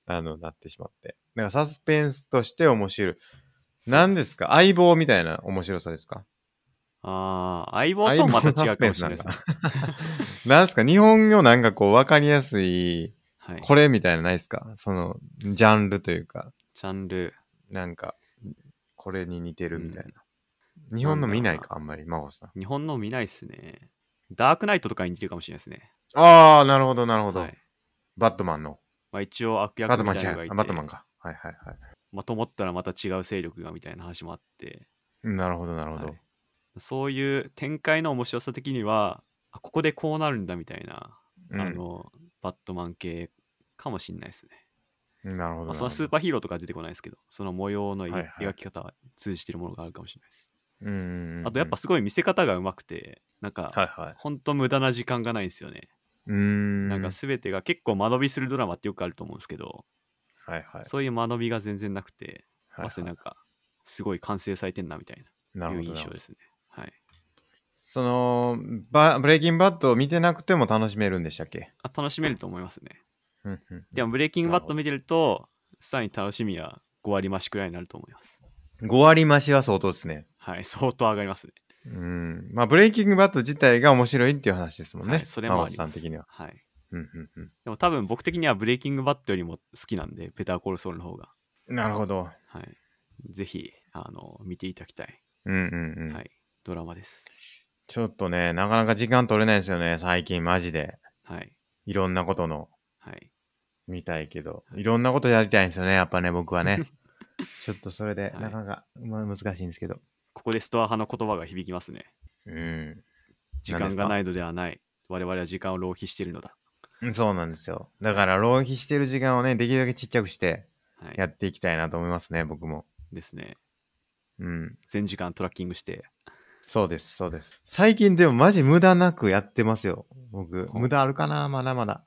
A: あの、なってしまって。なんかサスペンスとして面白い。何ですか相棒みたいな面白さですか
B: ああ、相棒ともまた違うかもしれないですね。
A: 何ですか 日本語なんかこうわかりやすい、
B: はい。
A: これみたいなのないですかその、ジャンルというか、
B: ジャンル。
A: なんか、これに似てるみたいな。日本の見ないか、あんまり、真帆さん。
B: 日本の見ないっすね。ダークナイトとかに似てるかもしれないですね。
A: ああ、なるほど、なるほど。
B: はい。
A: バットマンの。
B: まあ、一応悪役
A: バットマン
B: みた
A: 違。
B: いなのがいうて
A: あバットマンか。はいはいはい。
B: まあ、と思ったらまた違う勢力がみたいな話もあって、
A: うんなるほど、なるほど。
B: はいそういう展開の面白さ的には、あここでこうなるんだみたいな、
A: うん
B: あの、バットマン系かもしれないですね。
A: なるほど。
B: まあ、そのスー
A: ー
B: パーヒーローとか出てこないですけど、その模様のい、
A: はいはい
B: 描き方は通じてるものがあるかもしれないです。
A: うんうんうん。
B: あとやっぱ、すごい見せ方がうまくて、なんか、
A: はいはい。
B: ほんと無駄な時間がないんですよね。
A: うーん。
B: なんか全てが結構間延びするドラマってよくあると思うんですけど、
A: はいはい。
B: そういう間延びが全然なくて、
A: はい
B: まさに
A: は
B: なんか、すごい完成されてんなみたい
A: いな
B: な、い
A: る
B: う
A: ほどなる
B: 印象
A: ほど。
B: ですね。はい。
A: そのバ、ブレイキンバットを見てなくても楽しめるんでしたっけ
B: あ楽しめると思いますね。
A: うんうん
B: でも、ブレイキングバット見てると、さらに楽しみは5割増しくらいになると思います。
A: 5割増しは相当ですね。
B: はい、 相当上がりますね。
A: うん。まあ、ブレイキングバット自体が面白いっていう話ですもんね。
B: はい、それもあり
A: 真帆さ
B: ま
A: ん
B: す。
A: 的には。
B: はい。
A: うんうん
B: でも多分僕的にはブレイキングバットよりも好きなんで、ペターコールソールの方が。
A: うん。なるほど。
B: はい。ぜひ、あの、見ていただきたい。
A: うんうんうん。
B: はい。ドラマです。
A: ちょっとね、なかなか時間取れないですよね、最近マジで。
B: はい。
A: いろんなことの
B: はい。
A: 見たいけど、いろんなことやりたいんですよね、やっぱね、僕はね。ちょっとそれで、
B: はい
A: なかなか、まあ難しいんですけど。
B: ここでストア派の言葉が響きますね。
A: うん。
B: 時間が
A: 何
B: ないのではない。我々は時間を浪費しているのだ。
A: うんそうなんですよ。だから、浪費してる時間をね、できるだけちっちゃくして、
B: はい。
A: やっていきたいなと思いますね、僕も。
B: ですね。
A: うん。
B: 全時間トラッキングして。
A: そうです、そうです。最近でもマジ無駄なくやってますよ、僕。
B: ほう
A: 無駄あるかなまだまだ。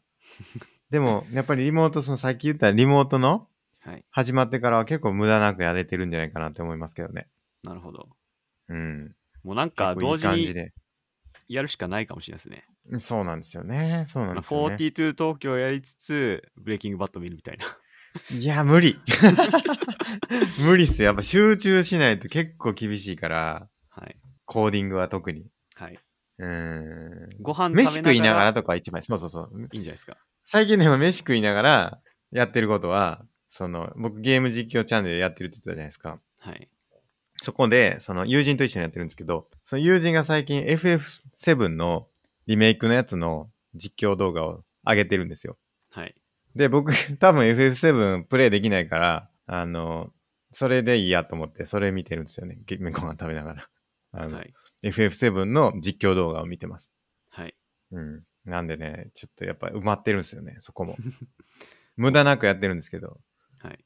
A: でも、やっぱりリモート、そのさっき言ったリモートの
B: はい。
A: 始まってからは結構無駄なくやれてるんじゃないかなって思いますけどね。
B: なるほど。
A: うん。
B: もうなんか
A: 結構い
B: 同
A: い
B: 時
A: 感じ
B: に
A: で。
B: やるしかないかもしれないですね。
A: そうなんですよね。そうなんですよね。
B: 42東京やりつつ、ブレイキングバット見るみたいな。
A: いや、無理。 無理っすよ。やっぱ集中しないと結構厳しいから、
B: はい。
A: コーディングは特に。
B: はい。
A: うーん。
B: ご飯食べ
A: 飯食いながら
B: い
A: とかは一番いいそうそうそう。
B: いんじゃないですか。
A: 最近でも飯食いながらやってることは、その、僕ゲーム実況チャンネルやってるって言ってたじゃないですか。
B: はい。
A: そこで、その友人と一緒にやってるんですけど、その友人が最近 FF7 のリメイクのやつの実況動画を上げてるんですよ。
B: はい。
A: で、僕、 多分 FF7 プレイできないから、あの、それでいいやと思って、それ見てるんですよね。結構ご飯食べながら。あの、
B: はい。
A: FF7 の実況動画を見てます。
B: はい。
A: うん。なんでね、ちょっとやっぱ埋まってるんですよね、そ こも。無駄なくやってるんですけど。
B: はい。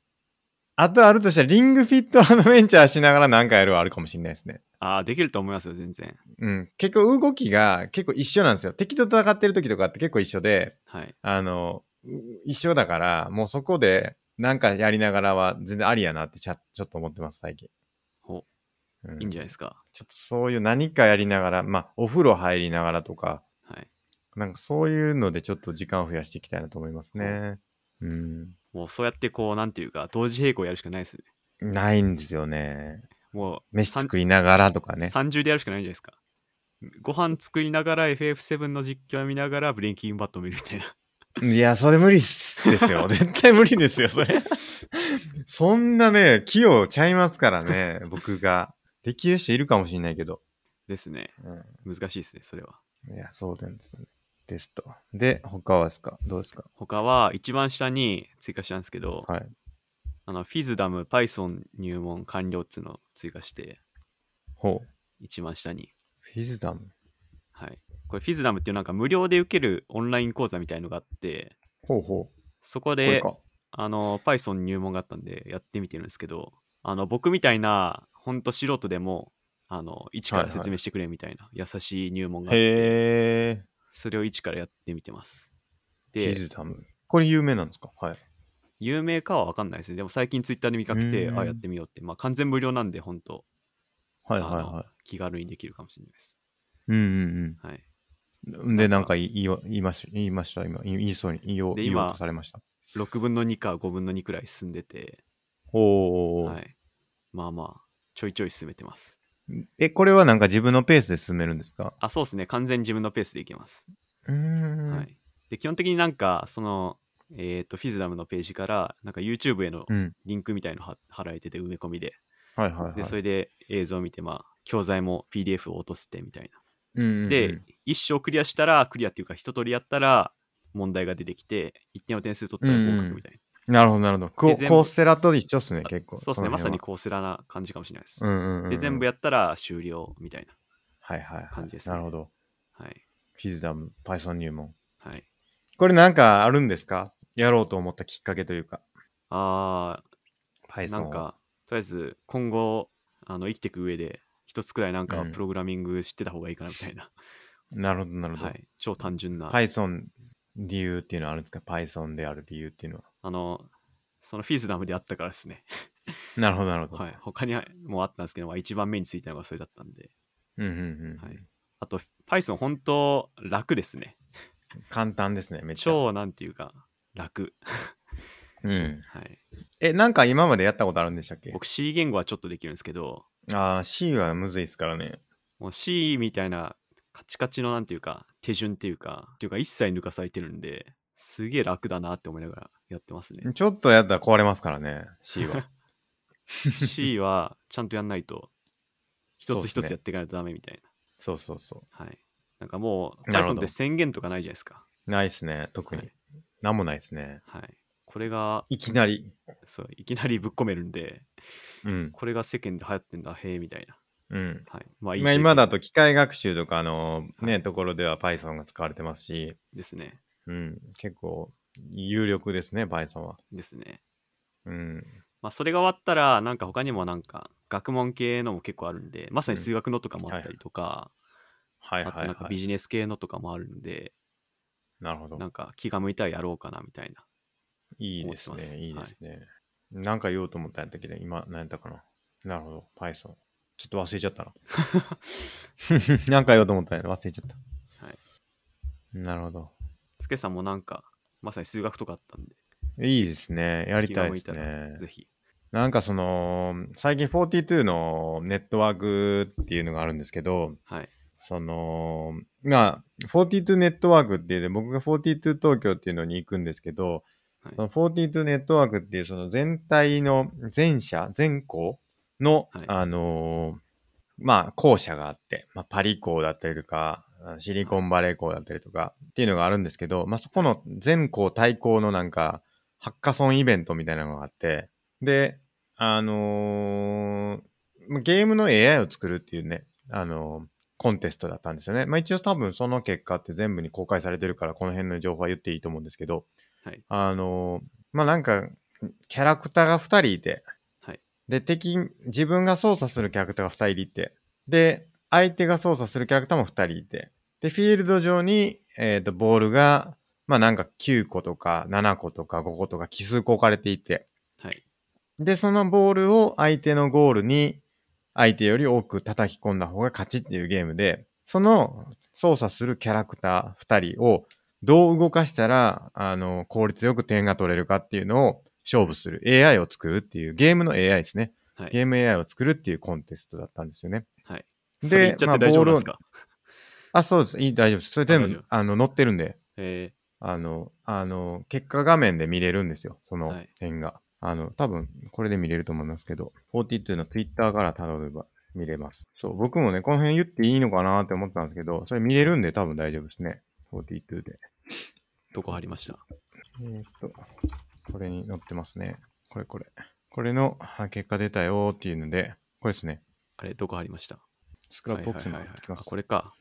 A: あとあるとしたら、リングフィットアドベンチャーしながらなんかやるはあるかもしれないですね。
B: ああ、できると思いますよ、全然。
A: うん。結構動きが結構一緒なんですよ。敵と戦ってる時とかって結構一緒で、
B: はい。
A: あの、う一緒だから、もうそこでなんかやりながらは全然ありやなってちゃちょっと思ってます、最近。
B: ほ
A: うん
B: いいんじゃないですか。
A: ちょっとそういう何かやりながら、まあ、お風呂入りながらとか、
B: はい。
A: なんかそういうのでちょっと時間を増やしていきたいなと思いますね。うん。
B: もうそうやってこう、なんていうか、同時並行やるしかないですね。
A: ないんですよね。
B: もう、
A: 飯
B: さん
A: 作りながらとかね。
B: 30でやるしかないんじゃないですか。ご飯作りながら FF7 の実況を見ながらブレイキングバットを見るみたいな。
A: いや、それ無理っすですよ。絶対無理ですよ、それ。そんなね、器用ちゃいますから ね、僕が。できる人いるかもしれないけど。
B: ですね。
A: う
B: 難しいですね、それは。
A: ん、いや、そうなんですね。ですと。で、他はですかどうですか
B: 他は一番下に追加したんですけど、
A: はい。
B: あの、フィズダム Python 入門完了っつうのを追加して、
A: ほう。
B: 一番下に。
A: フィズダム。
B: はい。これフィズダムっていうなんか無料で受けるオンライン講座みたいのがあって、
A: ほうほう。
B: そこ
A: これ
B: で、
A: か。
B: あの、Python 入門があったんでやってみてるんですけど、あの、僕みたいな、ほんと素人でも、あの一から説明してくれみたいな優しい入門があって
A: へ
B: それを一からやってみてます
A: え。
B: で
A: キズタム。これ有名なんですかはい。
B: 有名かは分かんないですねでも最近ツイッターで見かけて
A: うん
B: あやってみようってまあ完全無料なんで本当
A: はい
B: あの
A: は
B: 気軽にできるかもしれないです
A: いはい。うん
B: はい
A: うんうん。で、なんか言い言い言いました、言いました、今、言い言いそうに、言いよう
B: で
A: 言おう
B: 今
A: とされました。
B: 6分の2か5分の2くらい進んでて、
A: おお、
B: はい、まあまあちょいちょい進めてます
A: え、これはなんか自分のペースで進めるんですか
B: あそうですね完全に自分のペースでいけます、
A: うーん。
B: は。い、で基本的になんかそのえっ、とフィズダムのページからなんか YouTube への
A: うん。
B: リンクみたいのは貼られてて埋め込みで
A: はいはいはい。
B: でそれで映像を見てまあ教材も PDF を落としてみたい
A: うんうんう
B: な。
A: ん
B: で、一生クリアしたらクリアっていうか一通りやったら問題が出てきて一定の点数取ったら合格みたい
A: なるほど、なるほど。コ
B: で全部
A: ーステラと一緒っすね、
B: な。
A: 結構。
B: そうですねまさに
A: こ
B: コースラな感じかもしれないです。
A: う。うんうんうん、
B: で全部
A: や
B: やったら終了みたいな。
A: はいはい、はい、
B: 感じですね
A: なるほど。
B: はい。
A: フィズダム、Python 入門。
B: はい、
A: これなんかあるんですかやろうと思ったきっかけというか。
B: あー
A: Python
B: なんかとりあえず今後あの生きていく上で一つくらいなんか
A: うん
B: プログラミング知ってた方がいいかなみたいな、
A: を。なるほど、なるほど。
B: はい、超単純な、
A: Python 理由っていうのはあるんですか ?Python である理由っていうのは。
B: あのそのフィズダムであったからですね。
A: なるほど、なるほど。
B: はい、他にもあったんですけど、まあ、一番目についたのがそれだったんで、
A: うんうんうん。
B: はい、あと Python 本当楽ですね
A: 簡単ですね、めっちゃ。
B: 超なんていうか楽、
A: うん。
B: はい、
A: え、なんか今までやったことあるんでしたっけ
B: 僕 C 言語はちょっとできるんですけど
A: ああ、C はむずいですからね。
B: もう C みたいなカチカチのなんていうか手順っていうかっていうか一切抜かされてるんですげえ楽だなって思いながらやってますね
A: ちょっとやったら壊れますからね、C は。
B: C はちゃんとやんないと
A: そ
B: 一つ
A: う
B: 一
A: っす
B: つ
A: ね
B: やっていかないとダメみたい
A: そうそうそ
B: な、はいなんかもう
A: なるほ
B: Python
A: ど
B: って宣言とかないじゃないですか
A: う。ないっすね、特に。なんもないっすね。
B: はい、はい、これが
A: いきなり。
B: そういきなりぶっ込めるんで
A: うん。
B: これが世間で流行ってんだへえみたいな、
A: うん。
B: はい、まあいい
A: まあ、今だと
B: 経
A: 機械学習とかあのね、
B: はい
A: ところでは Python が使われてますし、
B: 験ですね
A: うん、結構有力ですね、Python は。
B: ですね
A: うん。
B: まあそれが終わったらなんか他にもなんか学問系のも結構あるんでまさに数学のとかもあったりとか、
A: はい
B: あ
A: は
B: と
A: い
B: なんか
A: は
B: ビ
A: い。
B: ジネス系のとかもあるんで
A: なるほど
B: な。んか気が向いたらやろうかなみたいない
A: いです
B: 思ってます
A: ね、いいですね。なんか言おうと思ったんやったけど、今、何やったかな。なるほど、Python。ちょっと忘れちゃったな。なん か言おうと思ったんや忘れちゃった。
B: はい。
A: なるほど。
B: つけさんもなんかまさに数学とかあったんで
A: いいですね。やりたいです
B: 気が向いたら
A: ね。
B: ぜひ
A: なんかその、最近42のネットワークっていうのがあるんですけど、
B: はい
A: その、まあ、42ネットワークっていうね、僕が42東京っていうのに行くんですけど、
B: はい
A: その42ネットワークっていうその全体の全社、全校の、
B: はい
A: あのーまあ、校舎があって、まあ、パリ校だったりとか、あのシリコンバレー校だったりとかっていうのがあるんですけど、まあ、そこの全校対校のなんか、ハッカソンイベントみたいなのがあって、で、あのーまあゲームの AI を作るっていうね、あのーコンテストだったんですよね。まあ一応多分その結果って全部に公開されてるから、この辺の情報は言っていいと思うんですけど、
B: はい
A: あのーまあなんか、キャラクターが2人いて、
B: はい
A: で、敵、自分が操作するキャラクターが2人いて、で、相手が操作するキャラクターも2人いて、で、フィールド上に、えっ、と、ボールが、まあなんか9個とか7個とか5個とか奇数個置かれていて、
B: はい
A: で、そのボールを相手のゴールに相手より多く叩き込んだ方が勝ちっていうゲームで、その操作するキャラクター2人をどう動かしたら、あの、効率よく点が取れるかっていうのを勝負する AI を作るっていうゲームの AI ですね。
B: はい
A: ゲーム AI を作るっていうコンテストだったんですよね。
B: はい
A: で
B: それ言っちゃって大丈夫なんですか、
A: あ、そうです。いい、大丈夫です。それ全
B: あ大丈
A: 部
B: 夫、
A: あの、載ってるんで、
B: え
A: あの、あの、結果画面で見れるんですよ、その
B: はい
A: 点が。あの、多分、これで見れると思いますけど、42の Twitter からたどれば見れます。そう、僕もね、この辺言っていいのかなって思ったんですけど、それ見れるんで多分大丈夫ですね。42で。
B: ー、どこ貼りました
A: えーっと、これに載ってますね。これこれ。これのあ結果出たよーっていうので、これですね。
B: あれどこ貼りました
A: スクラップボックスに貼ってき
B: あ
A: ます。
B: これか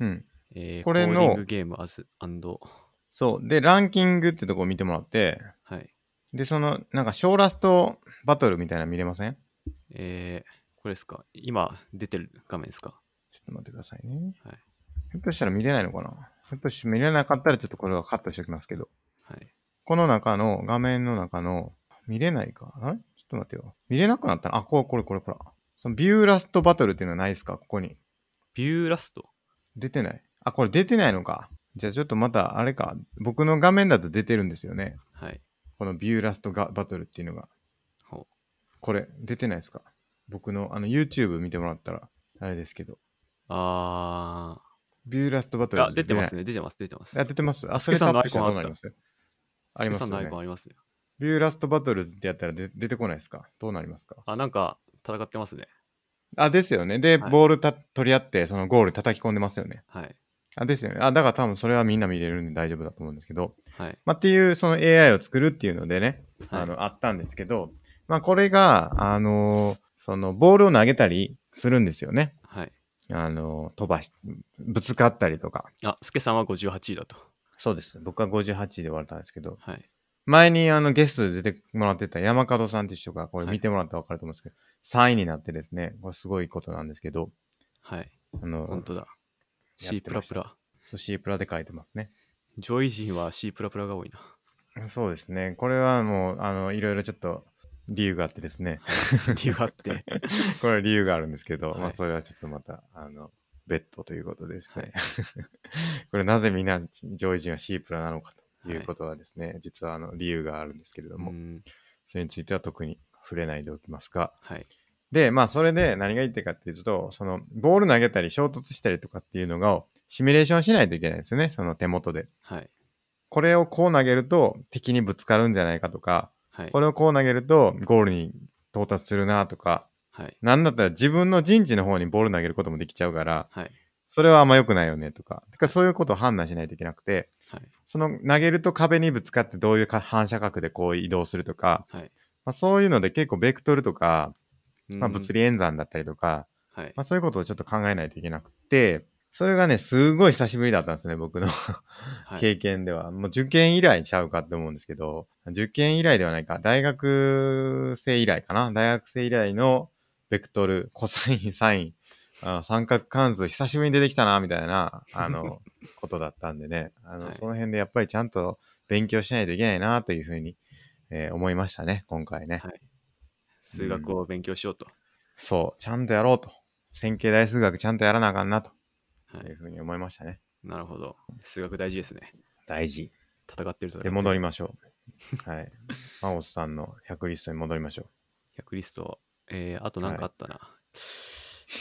A: うん。
B: えー、
A: これの
B: コーディングゲームアズアンド
A: そう。で、ランキングってとこ見てもらって、
B: はい。
A: で、その、なんか、ショーラストバトルみたいなの見れません
B: えー、ここれですか今出てる画面ですか
A: ちょっと待ってくださいね。
B: はい
A: ひょっとしたら見れないのかなひょっとして見れなかったらちょっとこれはカットしておきますけど。
B: はい。
A: この中の、画面の中の、見れないか。あれちょっと待ってよ。見れなくなったな。あ、これこれこれこれ。そのビューラストバトルっていうのはないですかここに。
B: ビューラスト
A: 出てない。あ、これ出てないのか。じゃあちょっとまた、あれか。僕の画面だと出てるんですよね。
B: はい。
A: このビューラストがバトルっていうのが。
B: ほ
A: これ、出てないですか僕の、あの、YouTube 見てもらったら、あれですけど。
B: あ
A: ビューラストバト
B: ー。
A: ル
B: あ、出てます
A: ね。
B: ね、出てます、出てます。
A: あ、出てます。あ、そ
B: ス
A: れ
B: ケ
A: タ
B: さんの
A: ップしたら
B: ア
A: ど
B: イ
A: うな
B: コンあった
A: りますあります
B: スケさ
A: よ
B: んのアイ
A: ね
B: コン。ありますよ。
A: ビューラストバトルズってやったらで出てこないですかどうなりますか
B: あ、なんか戦ってますね。
A: あ、ですよね。で、
B: はい
A: ボールた取り合って、そのゴール叩き込んでますよね。
B: はい。
A: あ、ですよね。あ、だから多分それはみんな見れるんで大丈夫だと思うんですけど。
B: はい。
A: まあ、っていう、その AI を作るっていうのでね、
B: はい
A: あの、あったんですけど、まあ、これが、あのーその、ボールを投げたりするんですよね。
B: はい。
A: あのー飛ばし、ぶつかったりとか。
B: あ、スケさんは58位だと。
A: そうです。僕は58で終われたんですけど、
B: はい。
A: 前にあのゲストで出てもらってた山門さんっていう人が、これ
B: はい
A: 見てもらったら分かると思うんですけど、3位になってですね、これすごいことなんですけど、
B: はい。
A: あの、
B: 本当
A: やっ
B: だ。
A: てま
B: C
A: した
B: プラプラ。
A: そう C プラで書いてますね。
B: 上位陣は C プラプラが多い な。
A: そうですね。これはもう、あの、いろいろちょっと理由があってですね、
B: 理由があって。
A: これは理由があるんですけど、ま
B: は
A: あ
B: い
A: それはちょっとまた、あの、別途ということでです
B: は
A: ね
B: い。
A: これなぜみんな上位陣は C プラなのかということはですね、実はあの理由があるんですけれど
B: う
A: も、
B: ん。
A: それについては特に触れないでおきますが、
B: はい。
A: で、まあ、それで何が言いたいかっていうと、その、ボール投げたり衝突したりとかっていうのが、シミュレーションしないといけないんですよね、その手元で。
B: はい。
A: これをこう投げると敵にぶつかるんじゃないかとか、
B: はい
A: こ。れをこう投げるとゴールに到達するなとか、
B: はい。
A: なんだったら自分の陣地の方にボール投げることもできちゃうから、
B: はい。
A: それはあんま良くないよねとか、てかそういうことを判断しないといけなくて、
B: はい。
A: その投げると壁にぶつかってどういうか反射角でこう移動するとか、
B: はい。
A: まあ、そういうので結構ベクトルとか、まあ、
B: うん
A: 物。理演算だったりとか、
B: はい
A: ま。あ、そういうことをちょっと考えないといけなくて、それがね、すごい久しぶりだったんですね、僕の
B: はい。
A: 経験では。もう受験以来ちゃうかって思うんですけど、受験以来ではないか、大学生以来かな大学生以来のベクトル、コサイン、サイン、あ三角関数、久しぶりに出てきたな、みたいな、あ の、ことだったんでね、あの、
B: はい
A: その辺でやっぱりちゃんと勉強しないといけないな、というふうに、えー思いましたね、今回ね。
B: はい数学を勉強しようと。
A: そう、ちゃんとやろうと。線形代数学ちゃんとやらなあかんな、と。
B: は
A: という
B: い。
A: ふうに思いましたね。
B: なるほど。数学大事ですね。
A: 大事。
B: 戦ってると。
A: で、戻りましょう。はい。 マゴスさんの100リストに戻りましょ
B: 100リスト。えー、あとなんかあったな。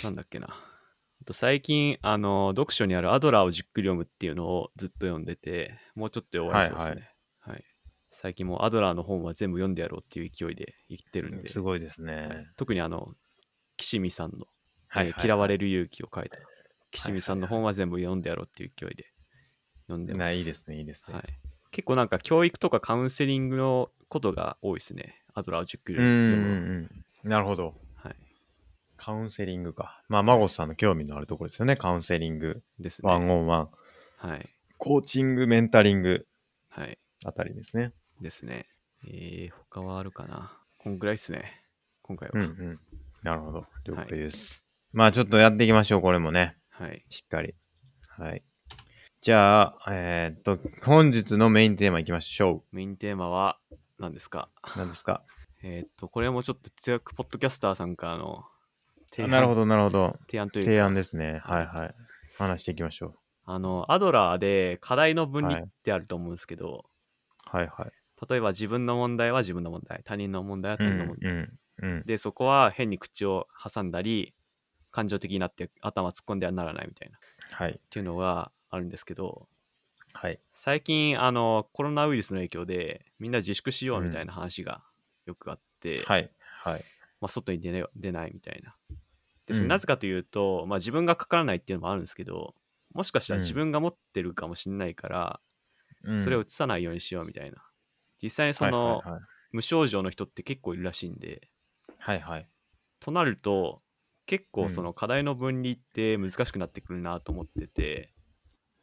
B: なんだっけな。あと最近、あの、読書にあるアドラーをじっくり読むっていうのをずっと読んでて、もうちょっとで終わりそうですね。はい、最近もうアドラーの本は全部読んでやろうっていう勢いで言ってるん
A: う。
B: で、
A: ごいです
B: はい。特にあの、岸見さんの、
A: はい
B: えー
A: はい
B: 嫌われる勇気を書いた、岸見さんの本は全部読んでやろうっていう勢いで読んでます。
A: ないいですね、いいですね。
B: はい、結構なんか教育とかカウンセリングのことが多いですね。アドラーをじっくり
A: うーん
B: 読む。
A: うん。なるほど。
B: はい、
A: カウンセリングか。まあ、マゴスさんの興味のあるところですよね。カウンセリング、
B: ですね。
A: ワンオンワン、
B: はい。
A: コーチング、メンタリング
B: はい。
A: あたりですね。
B: ですね。えー、他はあるかな。こんぐらいですね。今回は。
A: うんうん。なるほど。了解です。まあ、ちょっとやっていきましょう、これもね。
B: はい。
A: しっかり。はい。じゃあ、えーっと、本日のメインテーマいきましょ
B: メインテーマは何ですか
A: う。何ですか
B: えーっと、これもちょっと哲学ポッドキャスターさんからの提
A: あなるほど、なるほど。
B: 提案というか
A: 提案ですね。は
B: はいい
A: はい。話していきましょう。
B: あの、アドラーで課題の分離
A: はい
B: ってあると思うんですけど、
A: はいはい。
B: 例えば自分の問題は自分の問題、他人の問題は
A: う
B: 他人の問題
A: ん。うん。うん。
B: でそこは変に口を挟んだり感情的になって頭突っ込んではならないみたいなっ
A: はい。
B: ていうのがあるんですけど
A: はい。
B: 最近あのコロナウイルスの影響でみんな自粛しようみたいな話がよくあって、
A: はい。はい。
B: まあ、外に出ない出ないみたいな。
A: う
B: で
A: ん
B: それなぜかというと、まあ、自分がかからないっていうのもあるんですけどもしかしたら
A: うん
B: 自分が持ってるかもしれないから、
A: うん
B: それを移さないようにしようみたいな実際にその
A: はい
B: 無症状の人って結構いるらしいんで
A: はいはい。はいはい。
B: となると結
A: う
B: 構
A: ん
B: その課題の分離って難しくなってくるなと思ってて、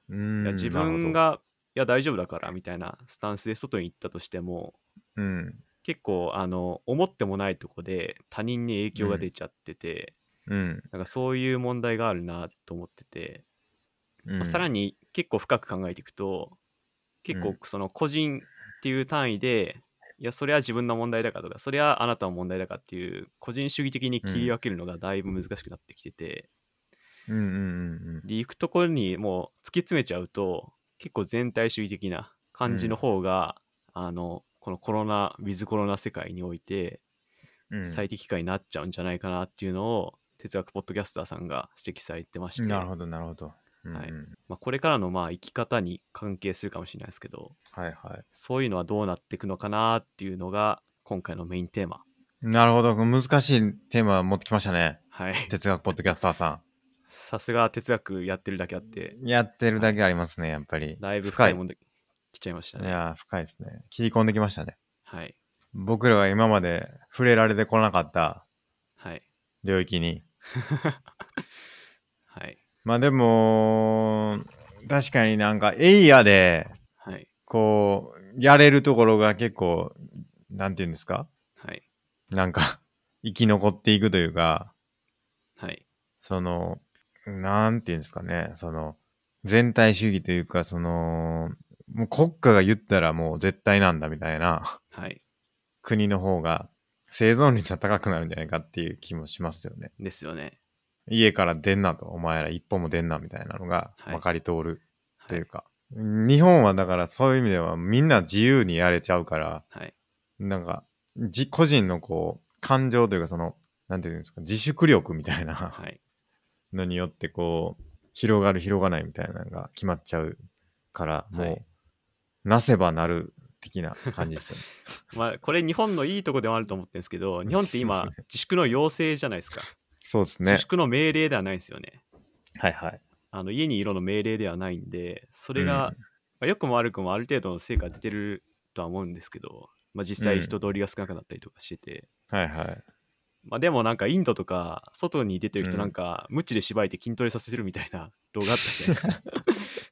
A: うーん
B: いや自分、がいや大丈夫だからみたいなスタンスで外に行ったとしても
A: なるほどうん。
B: 結構あの思ってもないとこで他人に影響が出ちゃってて、
A: うん。
B: なんかそういう問題があるなと思ってて、
A: う
B: まあ
A: ん
B: さらに結構深く考えていくと結
A: う
B: 構
A: ん
B: その個人っていう単位で、いやそれは自分の問題だからとかそれはあなたの問題だからっていう個人主義的に切り分けるのがだいぶ難しくなってきてて、
A: うんうんうんうん。
B: で行くところにもう突き詰めちゃうと結構全体主義的な感じの方が、あのこのコロナウィズコロナ世界において
A: うん
B: 最適解になっちゃうんじゃないかなっていうのを哲学ポッドキャスターさんが指摘されてまして
A: なるほど、なるほど。うんうん
B: はいまあ、これからのまあ生き方に関係するかもしれないですけど
A: はいはい。
B: そういうのはどうなっていくのかなっていうのが今回のメインテーマ
A: なるほど、難しいテーマ持ってきましたね。
B: はい
A: 哲学ポッドキャスターさ
B: さすが哲学やってるだけあって
A: ん。やってるだけありますね、やっぱり。
B: だいぶ深い問題来ちゃいました
A: い
B: ね
A: やー、深いですね。切り込んできましたね。
B: はい
A: 僕らが今まで触れられてこなかった
B: はい
A: 領域に。
B: はい
A: まあでも、確かになんか、エイヤで、
B: はい
A: こう、やれるところが結構、なんていうんですか
B: はい
A: なんか、 生き残っていくというか、
B: はい
A: その、なんていうんですかね、その、全体主義というか、その、もう国家が言ったらもう絶対なんだみたいな
B: はい
A: 国の方が生存率が高くなるんじゃないかっていう気もしますよね。
B: ですよね
A: 家から出んなと、お前ら一歩も出んなみたいなのが
B: はい
A: まかり通ると
B: はいいう
A: か、日本はだからそういう意味ではみんな自由にやれちゃうから、
B: はい
A: なんか、じ個人のこう、感情というかその、なんていうんですか、自粛力みたいな、
B: はい
A: のによってこう広がる広がないみたいなのが決まっちゃうからもう、
B: はい
A: なせばなる的な感じです よね。
B: まあこれ日本のいいとこでもあると思ってるんですけど日本って
A: そう
B: 今
A: です
B: 自粛の要請じゃないですか
A: そうです
B: 自
A: ね。
B: 粛の命令ではないですよね
A: はいはい。
B: あの家にいろの命令ではないんで、それが、
A: うん
B: まあ、良くも悪くもある程度の成果出てるとは思うんですけど、まあ、実
A: う
B: 際
A: ん
B: 人通りが少なくなったりとかしてて、
A: はいはい。
B: まあ、でもなんかインドとか外に出てる
A: う
B: 人
A: ん
B: なんか無知で縛いて筋トレさせてるみた いな動画あったじゃないです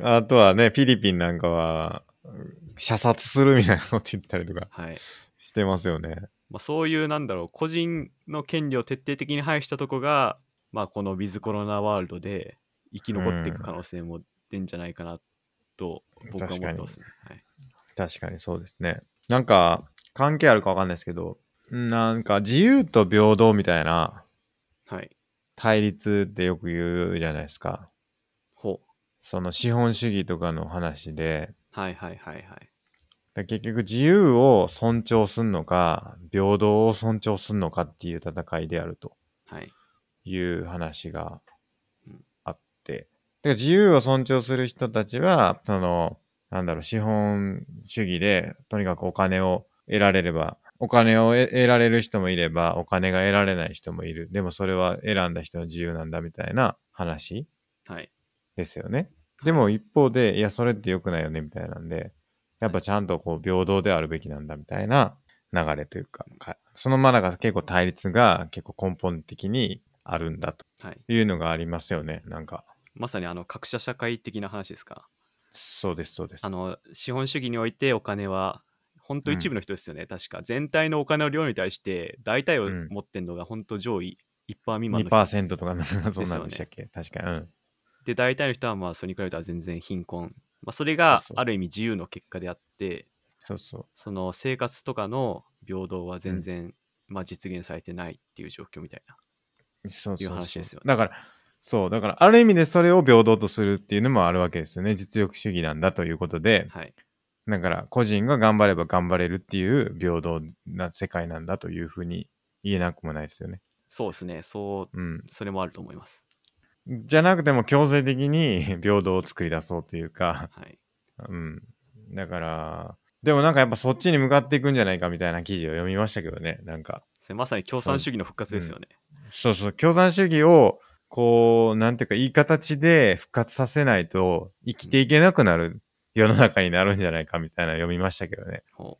B: か。
A: あとはね、フィリピンなんかは、うん射殺するみたいなこと言ったりとか
B: はい
A: してますよね。
B: まあ、そういうなんだろう個人の権利を徹底的に排したとこが、まあ、このウィズコロナワールドで生き残っていく可能性も出んじゃないかなと僕は思ってますね。はい、
A: 確かにそうですね。なんか、関係あるかわかんないですけど、なんか自由と平等みたいな
B: はい、
A: 対立ってよく言うじゃないですか。
B: ほう
A: その資本主義とかの話で、
B: はいはいはいはい
A: だから結局自由を尊重すんのか平等を尊重すんのかっていう戦いであると
B: はい
A: いう話が
B: うん
A: あって、で自由を尊重する人たちはそのなんだろう資本主義でとにかくお金を得られればお金を得得られる人もいればお金が得られない人もいるでもそれは選んだ人の自由なんだみたいな話
B: はい
A: ですよね。でも一方で、いや、それって良くないよね、みたいなんで、やっぱちゃんとこう、平等であるべきなんだ、みたいな流れというか、かそのまあなんか結構対立が結構根本的にあるんだと
B: はい
A: いうのがありますよね。なんか、
B: まさにあの格差社会的な話ですか。
A: そうです、そうです
B: あ。の資本主義においてお金は本当
A: うん
B: 一部の人ですよね、確か全体のお金の量に対して大体を
A: うん
B: 持ってんのが本当上位1%未満の人
A: 2%とかなんかそんなんでしたっけ、確かに。うん。
B: で大体の人はまあそれに比べたら全然貧困、まあ、それが
A: そうそう
B: ある意味自由の結果であって
A: そうそう。
B: その生活とかの平等は全然、まあ、実現されてないっていう状況みたいな
A: そうそうそう
B: いう話ですよね
A: だから、そう、だから、ある意味でそれを平等とするっていうのもあるわけですよね。実力主義なんだということで、
B: はい
A: だから個人が頑張れば頑張れるっていう平等な世界なんだというふうに言えなくもないですよね。
B: そうですねそう
A: うん。
B: それもあると思います
A: じゃなくても強制的に 平等を作り出そうというか、
B: はい
A: うん。だから、でもなんかやっぱそっちに向かっていくんじゃないかみたいな記事を読みましたけどね。なんか、
B: それまさに共産主義の復活ですよね、
A: そうそう、共産主義をこう、なんていうかいい形で復活させないと生きていけなくなる世の中になるんじゃないかみたいなの読みましたけどね。
B: ほ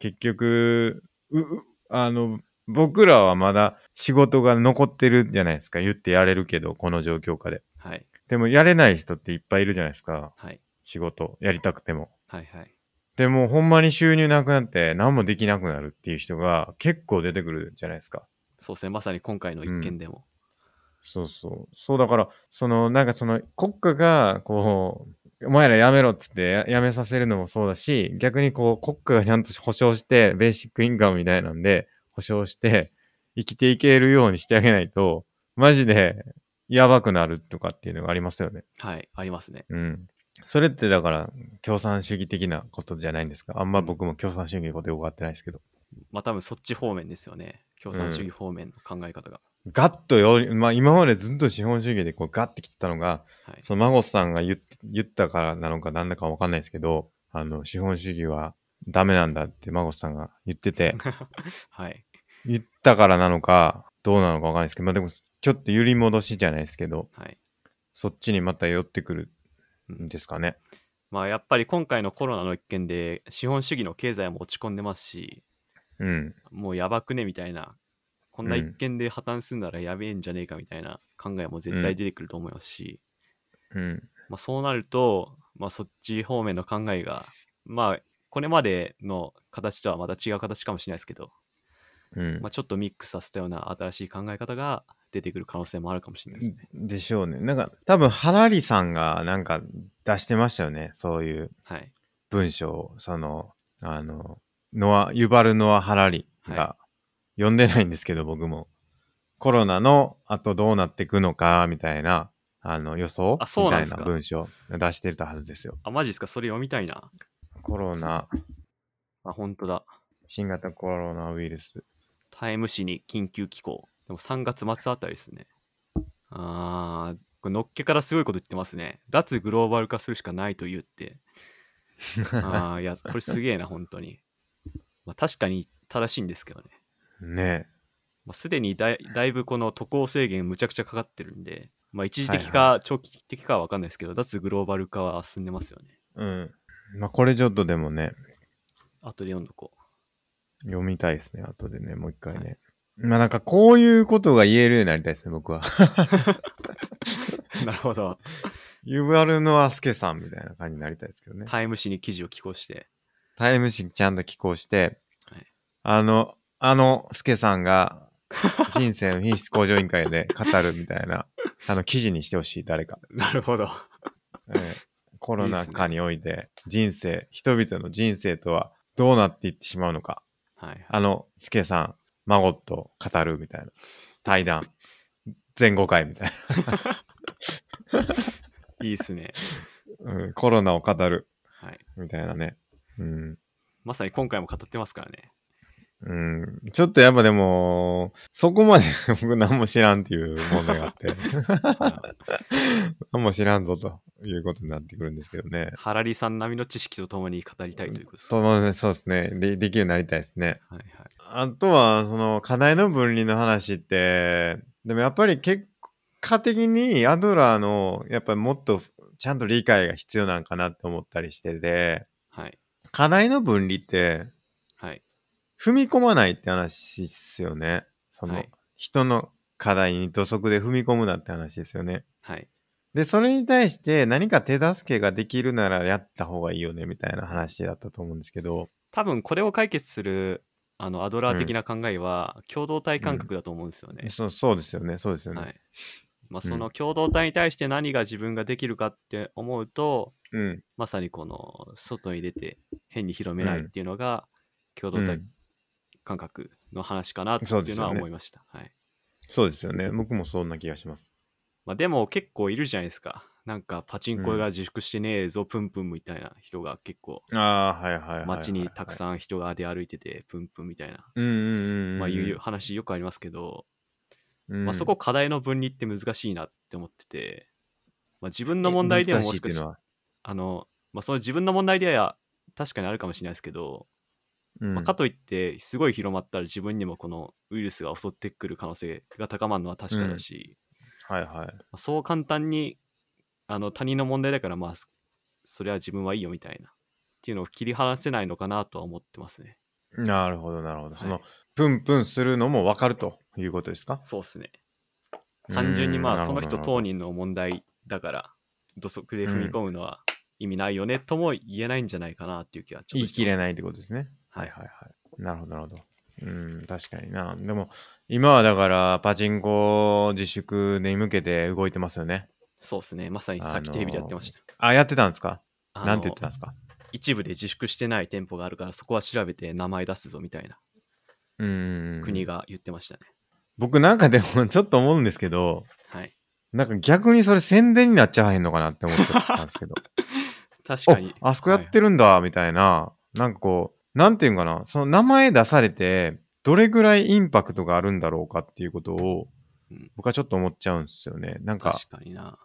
A: 結局ううあの僕らはまだ仕事が残ってるじゃないですか言ってやれるけどこの状況下で
B: うはい
A: でもやれない人っていっぱいいるじゃないですか
B: はい
A: 仕事やりたくても
B: はいはい
A: でもうほんまに収入なくなって何もできなくなるっていう人が結構出てくるじゃないですか。
B: そうですねまさに今回の一件でも、
A: そうそう。そうだから、そのなんかその国家がこう、お前らやめろっつってややめさせるのもそうだし、逆にこう国家がちゃんと保障して、ベーシックインカムみたいなんで保障して生きていけるようにしてあげないと、マジでやばくなるとかっていうのがありますよね。
B: はいありますね
A: うん。それってだから共産主義的なことじゃないんですか。あんま僕も共産主義のことよくわかってないですけど。
B: まあ多分そっち方面ですよね共産主義方面の考え方が、
A: ガッとよ、まあ今までずっと資本主義でこうガッてきてたのが、
B: はい
A: そのマゴスさんが言っ言ったからなのかなんだかわかんないですけど、あの、資本主義はダメなんだってマゴスさんが言ってて、
B: はい
A: 言ったからなのか、どうなのかわかんないですけど、まあでも、ちょっと揺り戻しじゃないですけど、
B: はい
A: そっちにまた寄ってくる
B: うん
A: んですかね。
B: まあやっぱり今回のコロナの一件で資本主義の経済も落ち込んでますし
A: うん。
B: もうやばくねみたいなこんな一件で破綻するならやべえんじゃねえかみたいな考えも絶対出てくると思いますし、
A: うん。
B: まあ、そうなると、まあ、そっち方面の考えがまあこれまでの形とはまた違う形かもしれないですけど、
A: うん
B: まあ、ちょっとミックスさせたような新しい考え方が出てくる可能性もあるかもしれないですね。
A: でしょうね。なんか、多分、ハラリさんがなんか出してましたよね。そういう
B: はい、
A: 文章を、その、あの、ノア、ユバル・ノア・ハラリが、読んでないんですけど、僕も。コロナの後どうなっていくのか、みたいな、あの、予想
B: あそう
A: み
B: な
A: た
B: んで
A: い
B: す
A: な
B: か
A: 文章出してたはずですよ。
B: あマジですかそれ読みたいな。
A: コロナ、
B: あ本当だ。
A: 新型コロナウイルス。
B: タイム誌に緊急寄稿。でも3月末あたりですね。あー、これのっけからすごいこと言ってますね。脱グローバル化するしかないと言うって。あー、いや、これすげえな、本当に。まあ、確かに正しいんですけどね。
A: ね
B: まあ、すでにだいだいぶこの渡航制限むちゃくちゃかかってるんで、まあ、一時的
A: はい
B: か長期的かは分かんないですけど、脱グローバル化は進んでますよね。
A: うん。まあ、これちょっとでもね、
B: 後で読んどこ
A: 読みたいですね、後でね、もう一回ね。まあなんかこういうことが言えるようになりたいですね、僕は。
B: う。なるほど。
A: ユバルノアスケさんみたいな感じになりたいですけどね。
B: タイム誌に記事を寄稿して。
A: タイム誌ちゃんと寄稿して、
B: はい
A: あの、あのスケさんが人生の品質向上委員会で語るみたい な、あの記事にしてほしい、誰か。
B: なるほど。
A: えーコロナ禍において人生、人々の人生とはどうなっていってしまうのか。
B: はい。
A: あのスケさん、孫と語るみたいな。対 談。前後回みたいな。
B: いいですね。
A: うん、コロナを語る
B: はい。
A: みたいなね。うん。
B: まさに今回も語ってますからね。
A: うん。ちょっとやっぱでも、そこまで 僕何も知らんっていう問題があ って、何も知らんぞということになってくるんですけどね。
B: ハラリさん並みの知識とともに語りたいということです。
A: そのそうですねで。できるようになりたいですね。
B: はいはい。
A: あとは、その課題の分離の話って、でもやっぱり結果的にアドラーの、やっぱりもっとちゃんと理解が必要なんかなって思ったりしてて、
B: はい。
A: 課題の分離って、
B: はい。
A: 踏み込まないって話っすよね。その、
B: はい
A: 人の課題に土足で踏み込むなって話ですよね。
B: はい。
A: で、それに対して何か手助けができるならやった方がいいよねみたいな話だったと思うんですけど、
B: 多分これを解決するあのアドラー的な考えは、共同体感覚だと思うんですよね。
A: そうそうですよね、そうですよね。
B: はい。まあ、
A: うん
B: その共同体に対して何が自分ができるかって思うと、
A: うん。
B: まさにこの外に出て変に広めないっていうのが、共同
A: う
B: 体
A: ん
B: 感覚の話かなって
A: そうで
B: いう
A: す
B: のは
A: よね
B: 思いました。はい。
A: そうですよね。僕もそんな気がします。
B: まあ、でも結構いるじゃないですか。なんかパチンコが自粛してねえぞ、プンプンみたいな人が結構
A: ああ、はいはいはい、はい。
B: 街にたく
A: ん。
B: さん人が出歩いててプンプンみたいな、
A: うんうんうんうん。
B: まあ、いう話よくありますけど、
A: うん
B: まあ、そこ課題の分離って難しいなって思ってて、まあ、自分の問題でももし
A: 難いって
B: か
A: いう
B: し
A: の
B: て
A: は
B: あの、まあ、その自分の問題では確かにあるかもしれないですけど、
A: うん
B: まあ、かといってすごい広まったら自分にもこのウイルスが襲ってくる可能性が高まるのは確かだし、
A: はいはい。
B: まあそう簡単にあの他人の問題だからまあそそれは自分はいいよみたいなっていうのを切り離せないのかなとは思ってますね
A: なるほど、なるほど。そ
B: は
A: の
B: い、
A: プンプンするのもわかるということですか
B: そうですね単純にま
A: うん
B: あその人当
A: なるほどなるほど
B: 人の問題だから土足で踏み込むのは意味ないよねとも言えないんじゃないかなっていう気はちょ
A: 言
B: っと
A: い切れ
B: い。
A: ないってことですね。
B: は
A: はいいはいはい。なるほどなるほど。うん、確かにな。でも、今はだから、パチンコ自粛に向けて動いてますよね。
B: そうですね。まさにさ
A: あの
B: っき
A: ー
B: テレビでやってました。
A: あ、やってたんですか
B: あのー
A: なんて言ってたんですか
B: 一部で自粛してない店舗があるからそこは調べて名前出すぞみたいな
A: うん。
B: 国が言ってましたね。
A: 僕なんかでもちょっと思うんですけど、
B: はい。
A: なんか逆にそれ宣伝になっちゃわへんのかなって思っちゃったんですけど。
B: 確
A: お
B: かに。
A: あそこやってるんだ、みたいな。なんかこう、なんていうんかな。その名前出されて、どれぐらいインパクトがあるんだろうかっていうことを
B: うん、
A: 僕はちょっと思っちゃうんですよね。なんか、
B: 確かにな。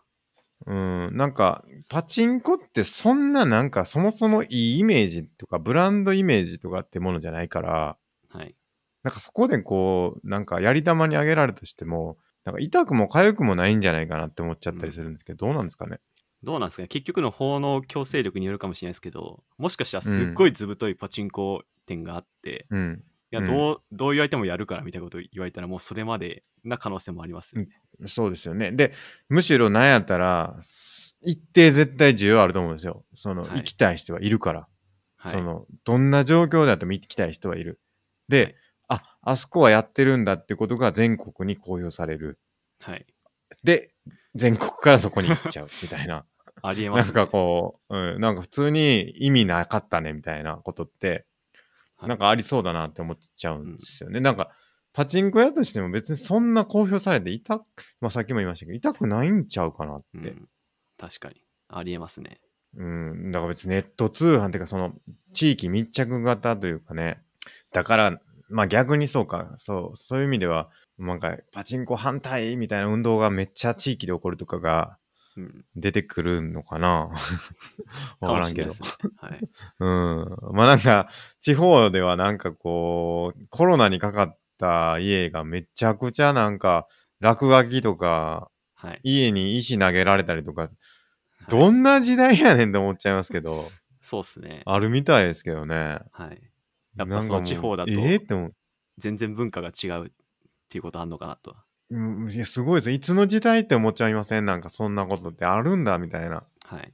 A: うん、なんか、パチンコってそんななんか、そもそもいいイメージとか、ブランドイメージとかってものじゃないから、
B: はい。
A: なんかそこでこう、なんかやり玉にあげられたとしても、なんか痛くも痒くもないんじゃないかなって思っちゃったりするんですけど、どうなんですかね。
B: どうなんですかね結局の法の強制力によるかもしれないですけど、もしかしたらすっごいずぶといパチンコ店があって、
A: うん。
B: いやどう、どう言われてもやるからみたいなこと言われたら、もうそれまでな可能性もありますよね。
A: そうですよね。で、むしろなんやったら、す一定絶対需要あると思うんですよ。その、
B: はい
A: 行きたい人はいるから。
B: はい。
A: その、どんな状況であっても行きたい人はいる。
B: はい
A: で、あ、あそこはやってるんだってことが全国に公表される。
B: はい。
A: で、全国からそこ に行っちゃうみたいな。
B: ありえま
A: な
B: す、
A: んかこう、うん、なんか普通に意味なかったねみたいなことって、
B: はい
A: なんかありそうだなって思っちゃうんですよね。なんか、パチンコ屋としても別にそんな公表されて痛く、まあさっきも言いましたけど、痛くないんちゃうかなっ
B: う
A: て。
B: ん、確かに。ありえますね。
A: うん、だから別にネット通販っていうか、その地域密着型というかね、だから、まあ逆にそうか、そう、そういう意味では、なんかパチンコ反対みたいな運動がめっちゃ地域で起こるとかが
B: うん。
A: 出てくるのかな わからんけど。
B: かもしれないですね
A: うん。まあなんか、地方ではなんかこう、コロナにかかった家がめちゃくちゃなんか、落書きとか、
B: はい。はい。
A: 家に石投げられたりとか、
B: はい
A: どんな時代やねんって思っちゃいますけど、
B: そうっすね。
A: あるみたいですけどね。
B: はい。
A: な
B: やっ
A: ん
B: ぱ
A: か
B: そ
A: も
B: の
A: う
B: 地方だと
A: えーって思う
B: 全然文化が違うっていうことあんのかなとは。
A: うんいや、すごいです。いつの時代って思っちゃいませんなんかそんなことってあるんだみたいな
B: はい。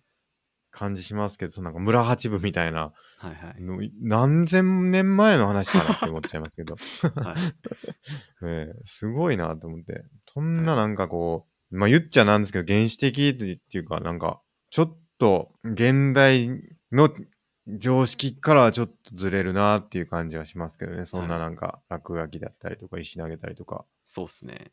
A: 感じしますけど、そのなんか村八部みたいな、
B: はいはい。
A: の何千年前の話かなって思っちゃいますけど。
B: はい、
A: ええすごいなと思って。そんななんかこう、まあ言っちゃなんですけど、原始的っていうか、なんか、ちょっと現代の常識からはちょっとずれるなっていう感じはしますけどね。そんななんか、落書きだったりとか、石投げたりとか。
B: そうっすね。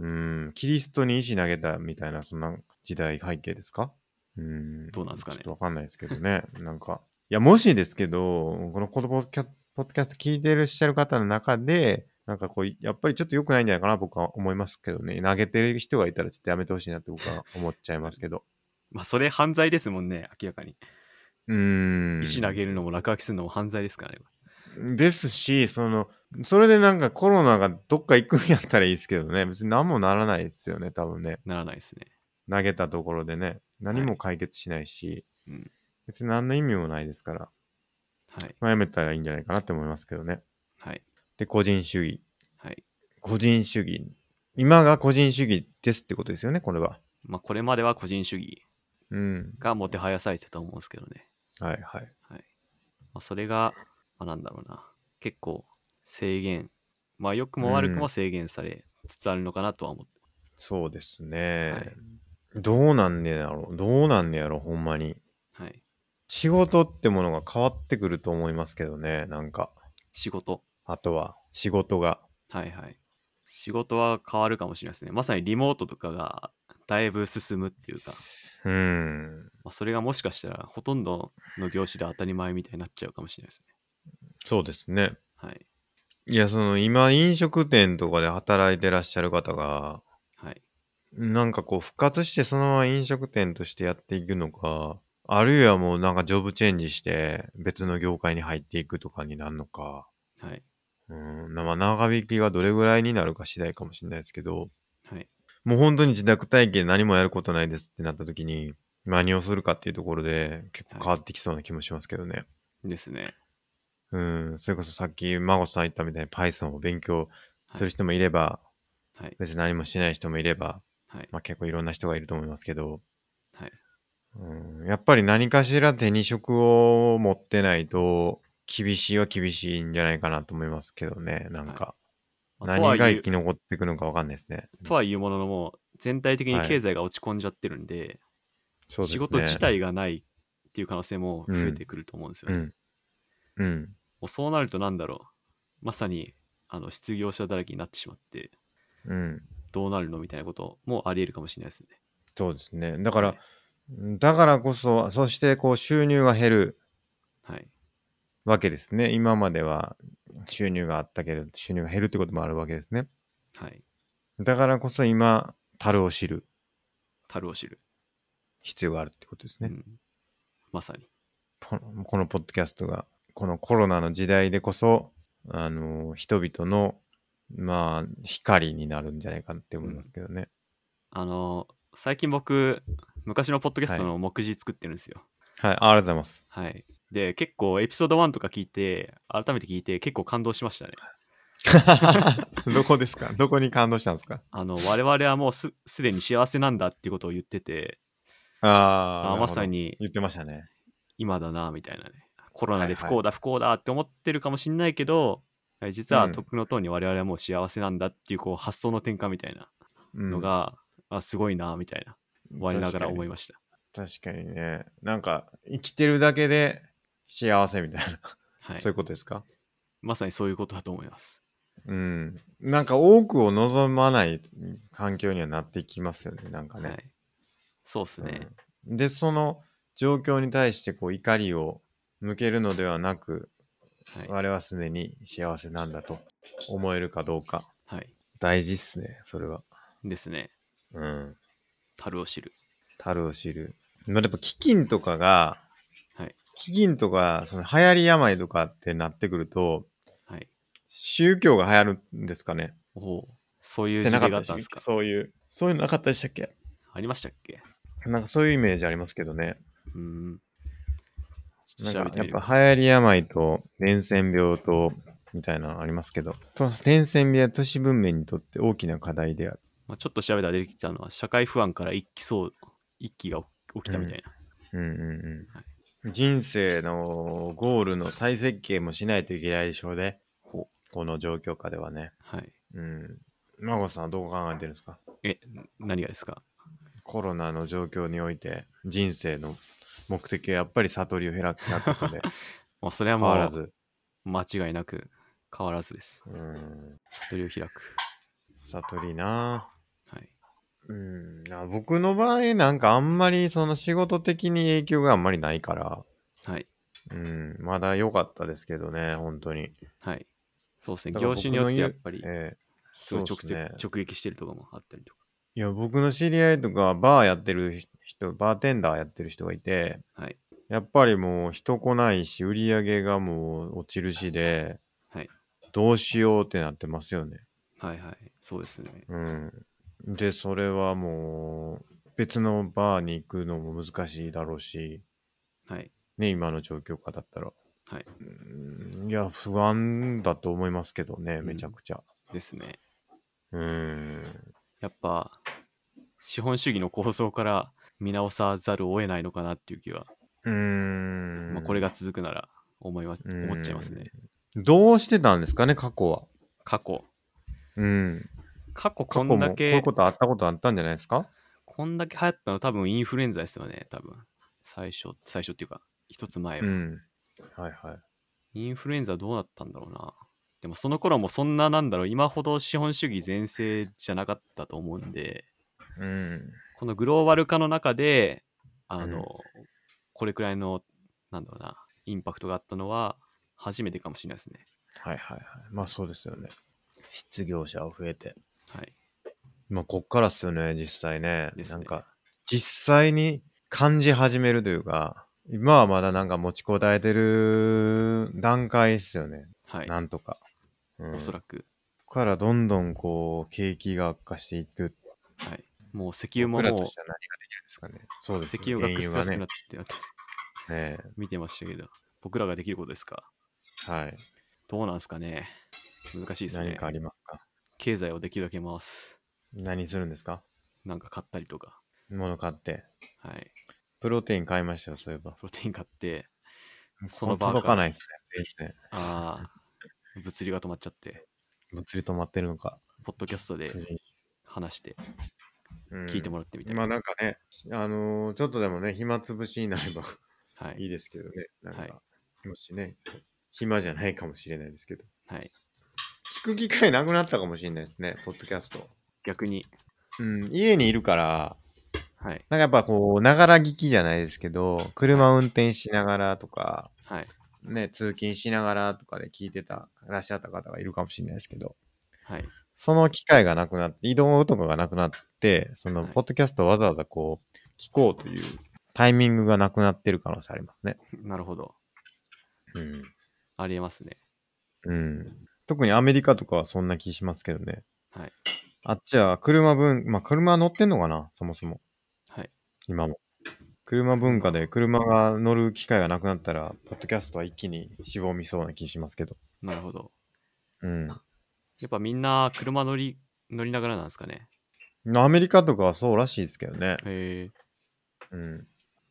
A: うん、キリストに石投げたみたいな、そんな時代背景ですかうん。
B: どうなんですかね
A: ちょっとわかんないですけどね。 なんか、いや、もしですけど、このポッドキャポッドキャスト聞いてらっしゃる方の中で、なんかこう、やっぱりちょっと良くないんじゃないかな、僕は思いますけどね。投げてる人がいたらちょっとやめてほしいなって僕 は思っちゃいますけど。
B: まあそれ犯罪ですもんね、明らかに。
A: うーん。
B: 石投げるのも落書きするのも犯罪ですからね。
A: ですし、その、それでなんかコロナがどっか行くんやったらいいですけどね。別に何もならないですよね、多分ね。
B: ならないですね。
A: 投げたところでね、何も解決しないし、
B: うん
A: 別に何の意味もないですから、
B: はい。
A: まあ、やめたらいいんじゃないかなって思いますけどね。
B: はい。
A: で、個人主義。
B: はい。
A: 個人主義。今が個人主義ですってことですよね、これは。
B: まあこれまでは個人主義
A: うん。
B: がもてはやされてたと思うんですけどね。
A: はいはい。
B: はい。まあ、それが、まあ、なんだろうな。結構制限。まあ良くも悪くも制限されつつあるのかなとは思って。
A: そうですね。
B: はい
A: どうなんねやろどうなんねやろほんまに。
B: はい。
A: 仕事ってものが変わってくると思いますけどね、なんか。
B: 仕事。
A: あとは、仕事が。
B: はいはい。仕事は変わるかもしれないですね。まさにリモートとかがだいぶ進むっていうか、
A: うん。
B: まあ、それがもしかしたらほとんどの業種で当たり前みたいになっちゃうかもしれないですね。
A: そうですね。
B: はい。
A: いや、その今飲食店とかで働いてらっしゃる方が、
B: はい。
A: なんかこう復活してそのまま飲食店としてやっていくのか、あるいはもうなんかジョブチェンジして別の業界に入っていくとかになるのか、
B: はい。
A: うん、まあ長引きがどれぐらいになるか次第かもしれないですけど、
B: はい。
A: もう本当に自宅体験何もやることないですってなった時に何をするかっていうところで結構変わってきそうな気もしますけどね。
B: ですね。
A: うん、それこそさっき孫さん言ったみたいに Python を勉強する人もいれば、
B: はい。
A: 別に何もしてない人もいれば、
B: はい。
A: まあ、結構いろんな人がいると思いますけど、
B: はい。
A: うんやっぱり何かしら手に職を持ってないと、厳しいは厳しいんじゃないかなと思いますけどね、なんか。
B: まあとは
A: 何が
B: 言
A: 生
B: う
A: き残っていくのかわかんないですね。
B: とはいうもののもう全体的に
A: はい
B: 経済が落ち込んじゃってるんで,、
A: そうですね
B: 仕事自体がないっていう可能性も増えてくると思うんですよ、
A: う
B: ね
A: ん。うん。
B: もうそうなるとなんだろうまさにあの失業者だらけになってしまって
A: うん。
B: どうなるのみたいなこともありえるかもしれないですね
A: そうですね。だから、だからこそ、そしてこう収入が減る
B: はい
A: わけですね。今までは収入があったけれど、収入が減るってこともあるわけですね。
B: はい
A: だからこそ今、樽を知る
B: 樽を知る、
A: 必要があるってことですね。
B: うん、まさに
A: このこのポッドキャストが、このコロナの時代でこそ、あの、人々の、まあ、光になるんじゃないかって思いますけどね。
B: あの最近僕昔のポッドキャストの目次作ってるんですよ
A: はい、ありがとうございます。
B: はい、で結構エピソード1とか聞いて改めて聞いて結構感動しましたね
A: どこですかどこに感動したんですか
B: あの我々はもうすすでに幸せなんだっていうことを言ってて
A: あ
B: あ
A: あ、
B: まさ
A: なるほど。
B: に
A: 言ってましたね。
B: 今だなみたいなねコロナ
A: は
B: で
A: い
B: 不
A: はい
B: 幸だ不幸だって思ってるかもしんないけど、え実は
A: うん
B: 徳の塔に我々はもう幸せなんだっていうこう発想の転換みたいな
A: うん
B: のが、あすごいなみたいな我ながら思いました
A: 確かに確かにね。なんか、生きてるだけで幸せみたいな、
B: はい
A: そういうことですか
B: まさにそういうことだと思います
A: うん。なんか、多くを望まない環境にはなってきますよね、なんかね。
B: はいそうですね、
A: うんで、その状況に対して、こう、怒りを向けるのではなく、
B: はい、
A: 我はすでに幸せなんだと思えるかどうか。
B: はい、
A: 大事っすね、それは。
B: ですね
A: うん。
B: 樽を知る
A: 樽を知る。まあ、やっぱ飢饉とかが、
B: はい
A: 飢饉とか、その流行り病とかってなってくると、
B: はい
A: 宗教が流行るんですかね
B: おおそういう
A: っ
B: 時
A: てなか
B: 代
A: っ
B: があ
A: た
B: っ
A: でしたたっ
B: んです
A: け
B: か
A: そういう、そういうのなかったでしたっけ
B: ありましたっけ
A: なんかそういうイメージありますけどね。
B: うーんちょ
A: な
B: っ
A: んか
B: と調べて
A: やっ
B: みるか
A: ぱ流行り病と伝染病とみたいなのありますけど、と伝染病は都市文明にとって大きな課題である。
B: まあ、ちょっと調べたら出てきたのは社会不安から一気そう一気が起きたみたいな、
A: うんうん
B: はい
A: うん。人生のゴールの再設計もしないといけないでしょうね。
B: ほ
A: この状況下ではね。
B: はい
A: うん。マゴさんはどう考えてるんですか
B: え何がですか
A: コロナの状況において人生の目的はやっぱり悟りを減らなく ことで
B: まあそれは
A: 変わ
B: も
A: ら
B: う
A: ず、
B: 間違いなく変わらずです
A: うん、
B: 悟りを開く
A: 悟りな
B: はい
A: うんな僕の場合なんかあんまりその仕事的に影響があんまりないから、
B: はい
A: うん、まだ良かったですけどね本当に
B: はいそうですね
A: だから
B: 業
A: 僕
B: 種
A: の
B: によって
A: 言う
B: やっぱり
A: ええ
B: すごい
A: そう
B: 直
A: っす
B: 接、
A: ね
B: 直撃してるとかもあったりとか
A: いや僕の知り合いとかバーやってる人バーテンダーやってる人がいて
B: はい
A: やっぱりもう人来ないし売り上げがもう落ちるしで、
B: はい
A: どうしようってなってますよね
B: はいはいそうですね
A: うん。で、それはもう、別のバーに行くのも難しいだろうし、
B: はい
A: ね、今の状況下だったら。
B: はいう
A: ーんいや、不安だと思いますけどね、
B: ん
A: めちゃくちゃ。
B: ですね
A: うーん。
B: やっぱ資本主義の構造から見直さざるを得ないのかなっていう気は、
A: うーん。
B: まあ、これが続くなら思いま
A: うん
B: 思っちゃいますね
A: どうしてたんですかね、過去は。
B: 過去
A: うん。
B: 過
A: 過
B: 去こ
A: 去も
B: ん
A: こ
B: だ
A: う
B: け
A: いうことあったことあったんじゃないですか
B: こんだけ流行ったの多分インフルエンザですよね多分最初最初っていうか一つ前は、
A: うん。はいはい。
B: インフルエンザどうなったんだろうなでもその頃もそんななんだろう今ほど資本主義全盛じゃなかったと思うんで
A: うん。
B: このグローバル化の中であの、
A: うん
B: これくらいのなんだろうなインパクトがあったのは初めてかもしれないですね
A: はいはいはい。まあそうですよね。失業者は増えて。
B: はい
A: まあ、こっからっすよね、実際ね。
B: ですね
A: なんか、実際に感じ始めるというか、今はまだなんか持ちこたえてる段階っすよね。
B: はい
A: なんとか。うん
B: おそらく
A: ここからどんどんこう、景気が悪化していく。
B: はいもう石油も
A: 僕らと
B: も
A: しては何ができるんですかね。そう
B: う
A: です
B: 石
A: ね。
B: 油がく
A: 原
B: っそ
A: 油
B: 安
A: が
B: く
A: ね
B: なってなってます
A: ね
B: 見てましたけど僕らができることですか
A: えはい。
B: どうなんですかね難しいです
A: 何
B: ね
A: かありますか
B: 経済をできるだけ回す
A: 何するんですか
B: なんか買ったりとか
A: 物買って。
B: はい
A: プロテイン買いましたよ、そういえば。
B: プロテイン買って、そ
A: そ
B: の
A: の
B: 場から
A: 届かないですね、全然。
B: ああ、物流が止まっちゃって、
A: 物理止まってるのか。
B: ポッドキャストで話して、聞いても
A: ら
B: らってみた
A: う
B: い
A: ん
B: な。
A: まあなんかね、あのーちょっとでもね、暇つぶしになれば
B: はいい。
A: いですけどね。なんか、
B: はい
A: もしね、暇じゃないかもしれないですけど。
B: はい。
A: 聞く機会なくなったかもしれないですね、ポッドキャスト。
B: 逆に、
A: うん、家にいるから、
B: はい。
A: なんかやっぱこう、ながら聞きじゃないですけど、車運転しながらとか、
B: はい。
A: ね、通勤しながらとかで聞いてた、らっしゃった方がいるかもしれないですけど、
B: はい。
A: その機会がなくなって、移動とかがなくなって、その、
B: はい
A: ポッドキャストをわざわざこう、聞こうというタイミングがなくなってる可能性ありますね。
B: なるほど。
A: うん。
B: ありえますね。
A: うん。特にアメリカとかはそんな気しますけどね。
B: はい。
A: あっちは車分、まあ、車乗ってんのかな、そもそも。
B: はい。
A: 今も。車文化で車が乗る機会がなくなったら、ポッドキャストは一気にしぼみそうな気しますけど。
B: なるほど。
A: うん。
B: やっぱみんな車乗り、乗りながらなんですかね。
A: アメリカとかはそうらしいですけどね。
B: へえ、
A: うん。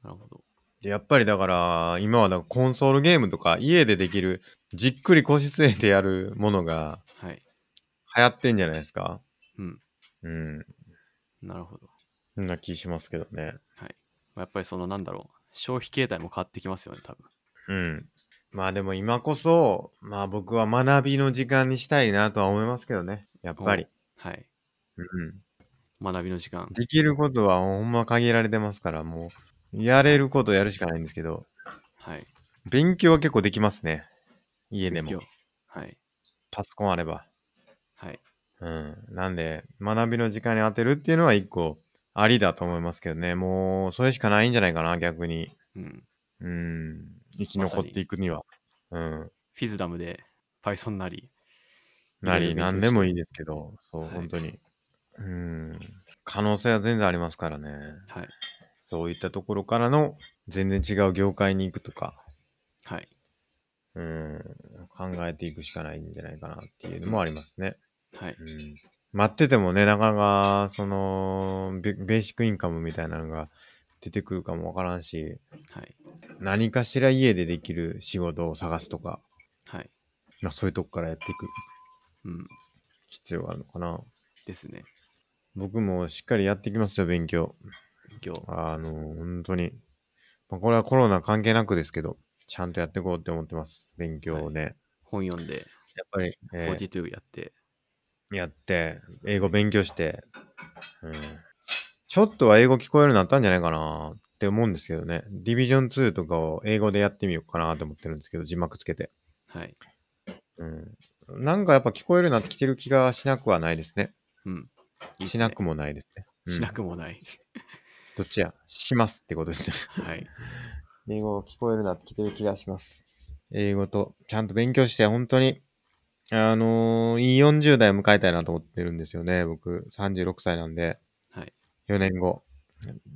B: なるほど。
A: で、やっぱりだから、今はだからコンソールゲームとか、家でできる、じっくり腰据えてやるものが
B: はい。
A: 流行ってんじゃないですか。
B: うん。
A: うん。
B: なるほど。
A: そんな気しますけどね。
B: まあやっぱりそのなんだろう。消費形態も変わってきますよね、多分。
A: うん。まあでも今こそ、まあ僕は学びの時間にしたいなとは思いますけどね。やっぱり。
B: はい。
A: うん。
B: 学びの時間。
A: できることはほんま限られてますから、もう、やれることやるしかないんですけど、
B: はい。
A: 勉強は結構できますね。家で
B: 勉
A: も
B: 強。はい。
A: パソコンあれば。
B: はい。
A: うん。なんで、学びの時間に当てるっていうのは一個ありだと思いますけどね。もう、それしかないんじゃないかな、逆に。
B: うん。
A: うん。生き残っていくには。うん。
B: フィズダムで Python なり。
A: ない
B: ろい
A: り、
B: ろ勉
A: な
B: 強
A: んでもいいですけど、そう、
B: はい
A: 本当に。うん。可能性は全然ありますからね。
B: はい。
A: そういったところからの、全然違う業界に行くとか、
B: はい。
A: うん、考えていくしかないんじゃないかなっていうのもありますね。
B: はい。
A: うん。待っててもね、なかなか、その、ベベーシックインカムみたいなのが出てくるかもわからんし、
B: はい。
A: 何かしら家でできる仕事を探すとか、
B: はい。
A: まあそういうとこからやっていく
B: うん。
A: 必要があるのかな。
B: ですね。
A: 僕もしっかりやっていきますよ、勉強。
B: 勉強。
A: あの、本当に。まあ、これはコロナ関係なくですけど、ちゃんとやっていこうって思ってます。勉強をね。
B: 本読んで、
A: やっぱり、えー
B: 42やって。
A: やって、英語勉強して、うん。ちょっとは英語聞こえるようになったんじゃないかなって思うんですけどね。ディビジョン2とかを英語でやってみようかなと思ってるんですけど、字幕つけて。
B: はい。
A: うん。なんかやっぱ聞こえるようになってきてる気がしなくはないですね。
B: うん。いいっす
A: し
B: ね
A: なくもないですね。うん
B: しなくもない。
A: どっちやしますってことですね。
B: はい。
A: 英語聞こえるなってきてる気がします。英語とちゃんと勉強して、本当に、あのーいい40代迎えたいなと思ってるんですよね。僕、36歳なんで、
B: はい。
A: 4年後、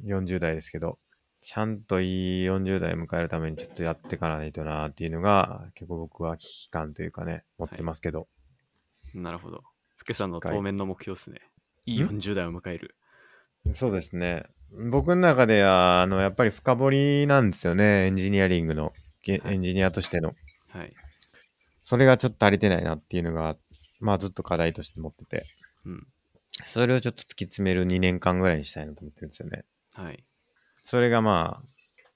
A: 40代ですけど、ちゃんといい40代迎えるためにちょっとやっていかないとなっていうのが、結構僕は危機感というかね、持ってますけど、
B: なるほど。スケさんの
A: はい
B: 当面の目標ですね。いい
A: ん
B: 40代を迎える。
A: そうですね。僕の中では、あの、やっぱり深掘りなんですよね。エンジニアリングの、げ
B: はい
A: エンジニアとしての。
B: はい。
A: それがちょっと足りてないなっていうのが、まあずっと課題として持ってて、
B: うん。
A: それをちょっと突き詰める2年間ぐらいにしたいなと思ってるんですよね。
B: はい。
A: それがま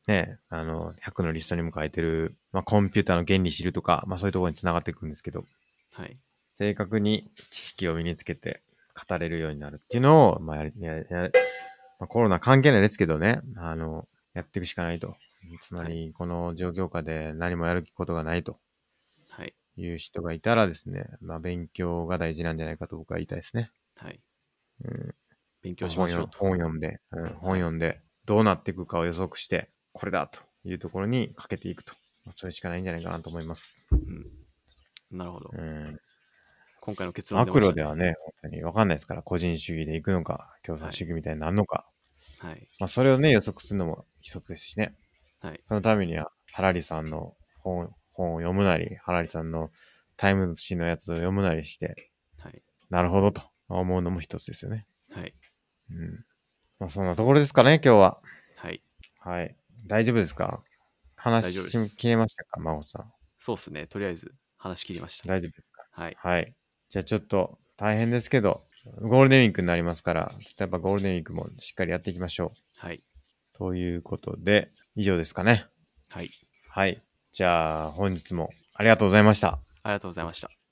A: あ、ね、あの、100のリストにも書いてる、まあコンピューターの原理知るとか、まあそういうところにつながっていくんですけど、
B: はい。
A: 正確に知識を身につけて語れるようになるっていうのを、まあやりややまあ、コロナ関係ないですけどね、あの、やっていくしかないと。つまり、この状況下で何もやることがないと
B: はい。
A: いう人がいたらですね、まあ、勉強が大事なんじゃないかと僕は言いたいですね。
B: はい。
A: うん、
B: 勉強しましょう
A: 本。読本読んで、うん、本読んで、どうなっていくかを予測して、これだというところにかけていくと。まあそれしかないんじゃないかなと思います。
B: うん。なるほど
A: う。ん、
B: 今回の結論
A: マクロで
B: は。
A: はね、本当に分かんないですから、個人主義でいくのか、共産主義みたいになるのか、
B: はい。
A: まあ、それをね、予測するのも一つですしね。
B: はい。
A: そのためには、ハラリさんの本本を読むなり、ハラリさんのタイムズ紙のやつを読むなりして、
B: はい。
A: なるほどと思うのも一つですよね。
B: はい。
A: うん。まあ、そんなところですかね、今日は。
B: はい。
A: はい。大丈夫ですか話
B: 大丈夫です
A: し切れましたか真帆さん。
B: そうですね。とりあえず話し切りました。
A: 大丈夫ですか
B: はい。
A: はい。じゃあちょっと大変ですけど、ゴールデンウィークになりますから、ちょっとやっぱゴールデンウィークもしっかりやっていきましょ
B: はい。
A: う。ということで、以上ですかね。
B: はい。
A: はい。じゃあ本日もありがとうございました。
B: ありがとうございました。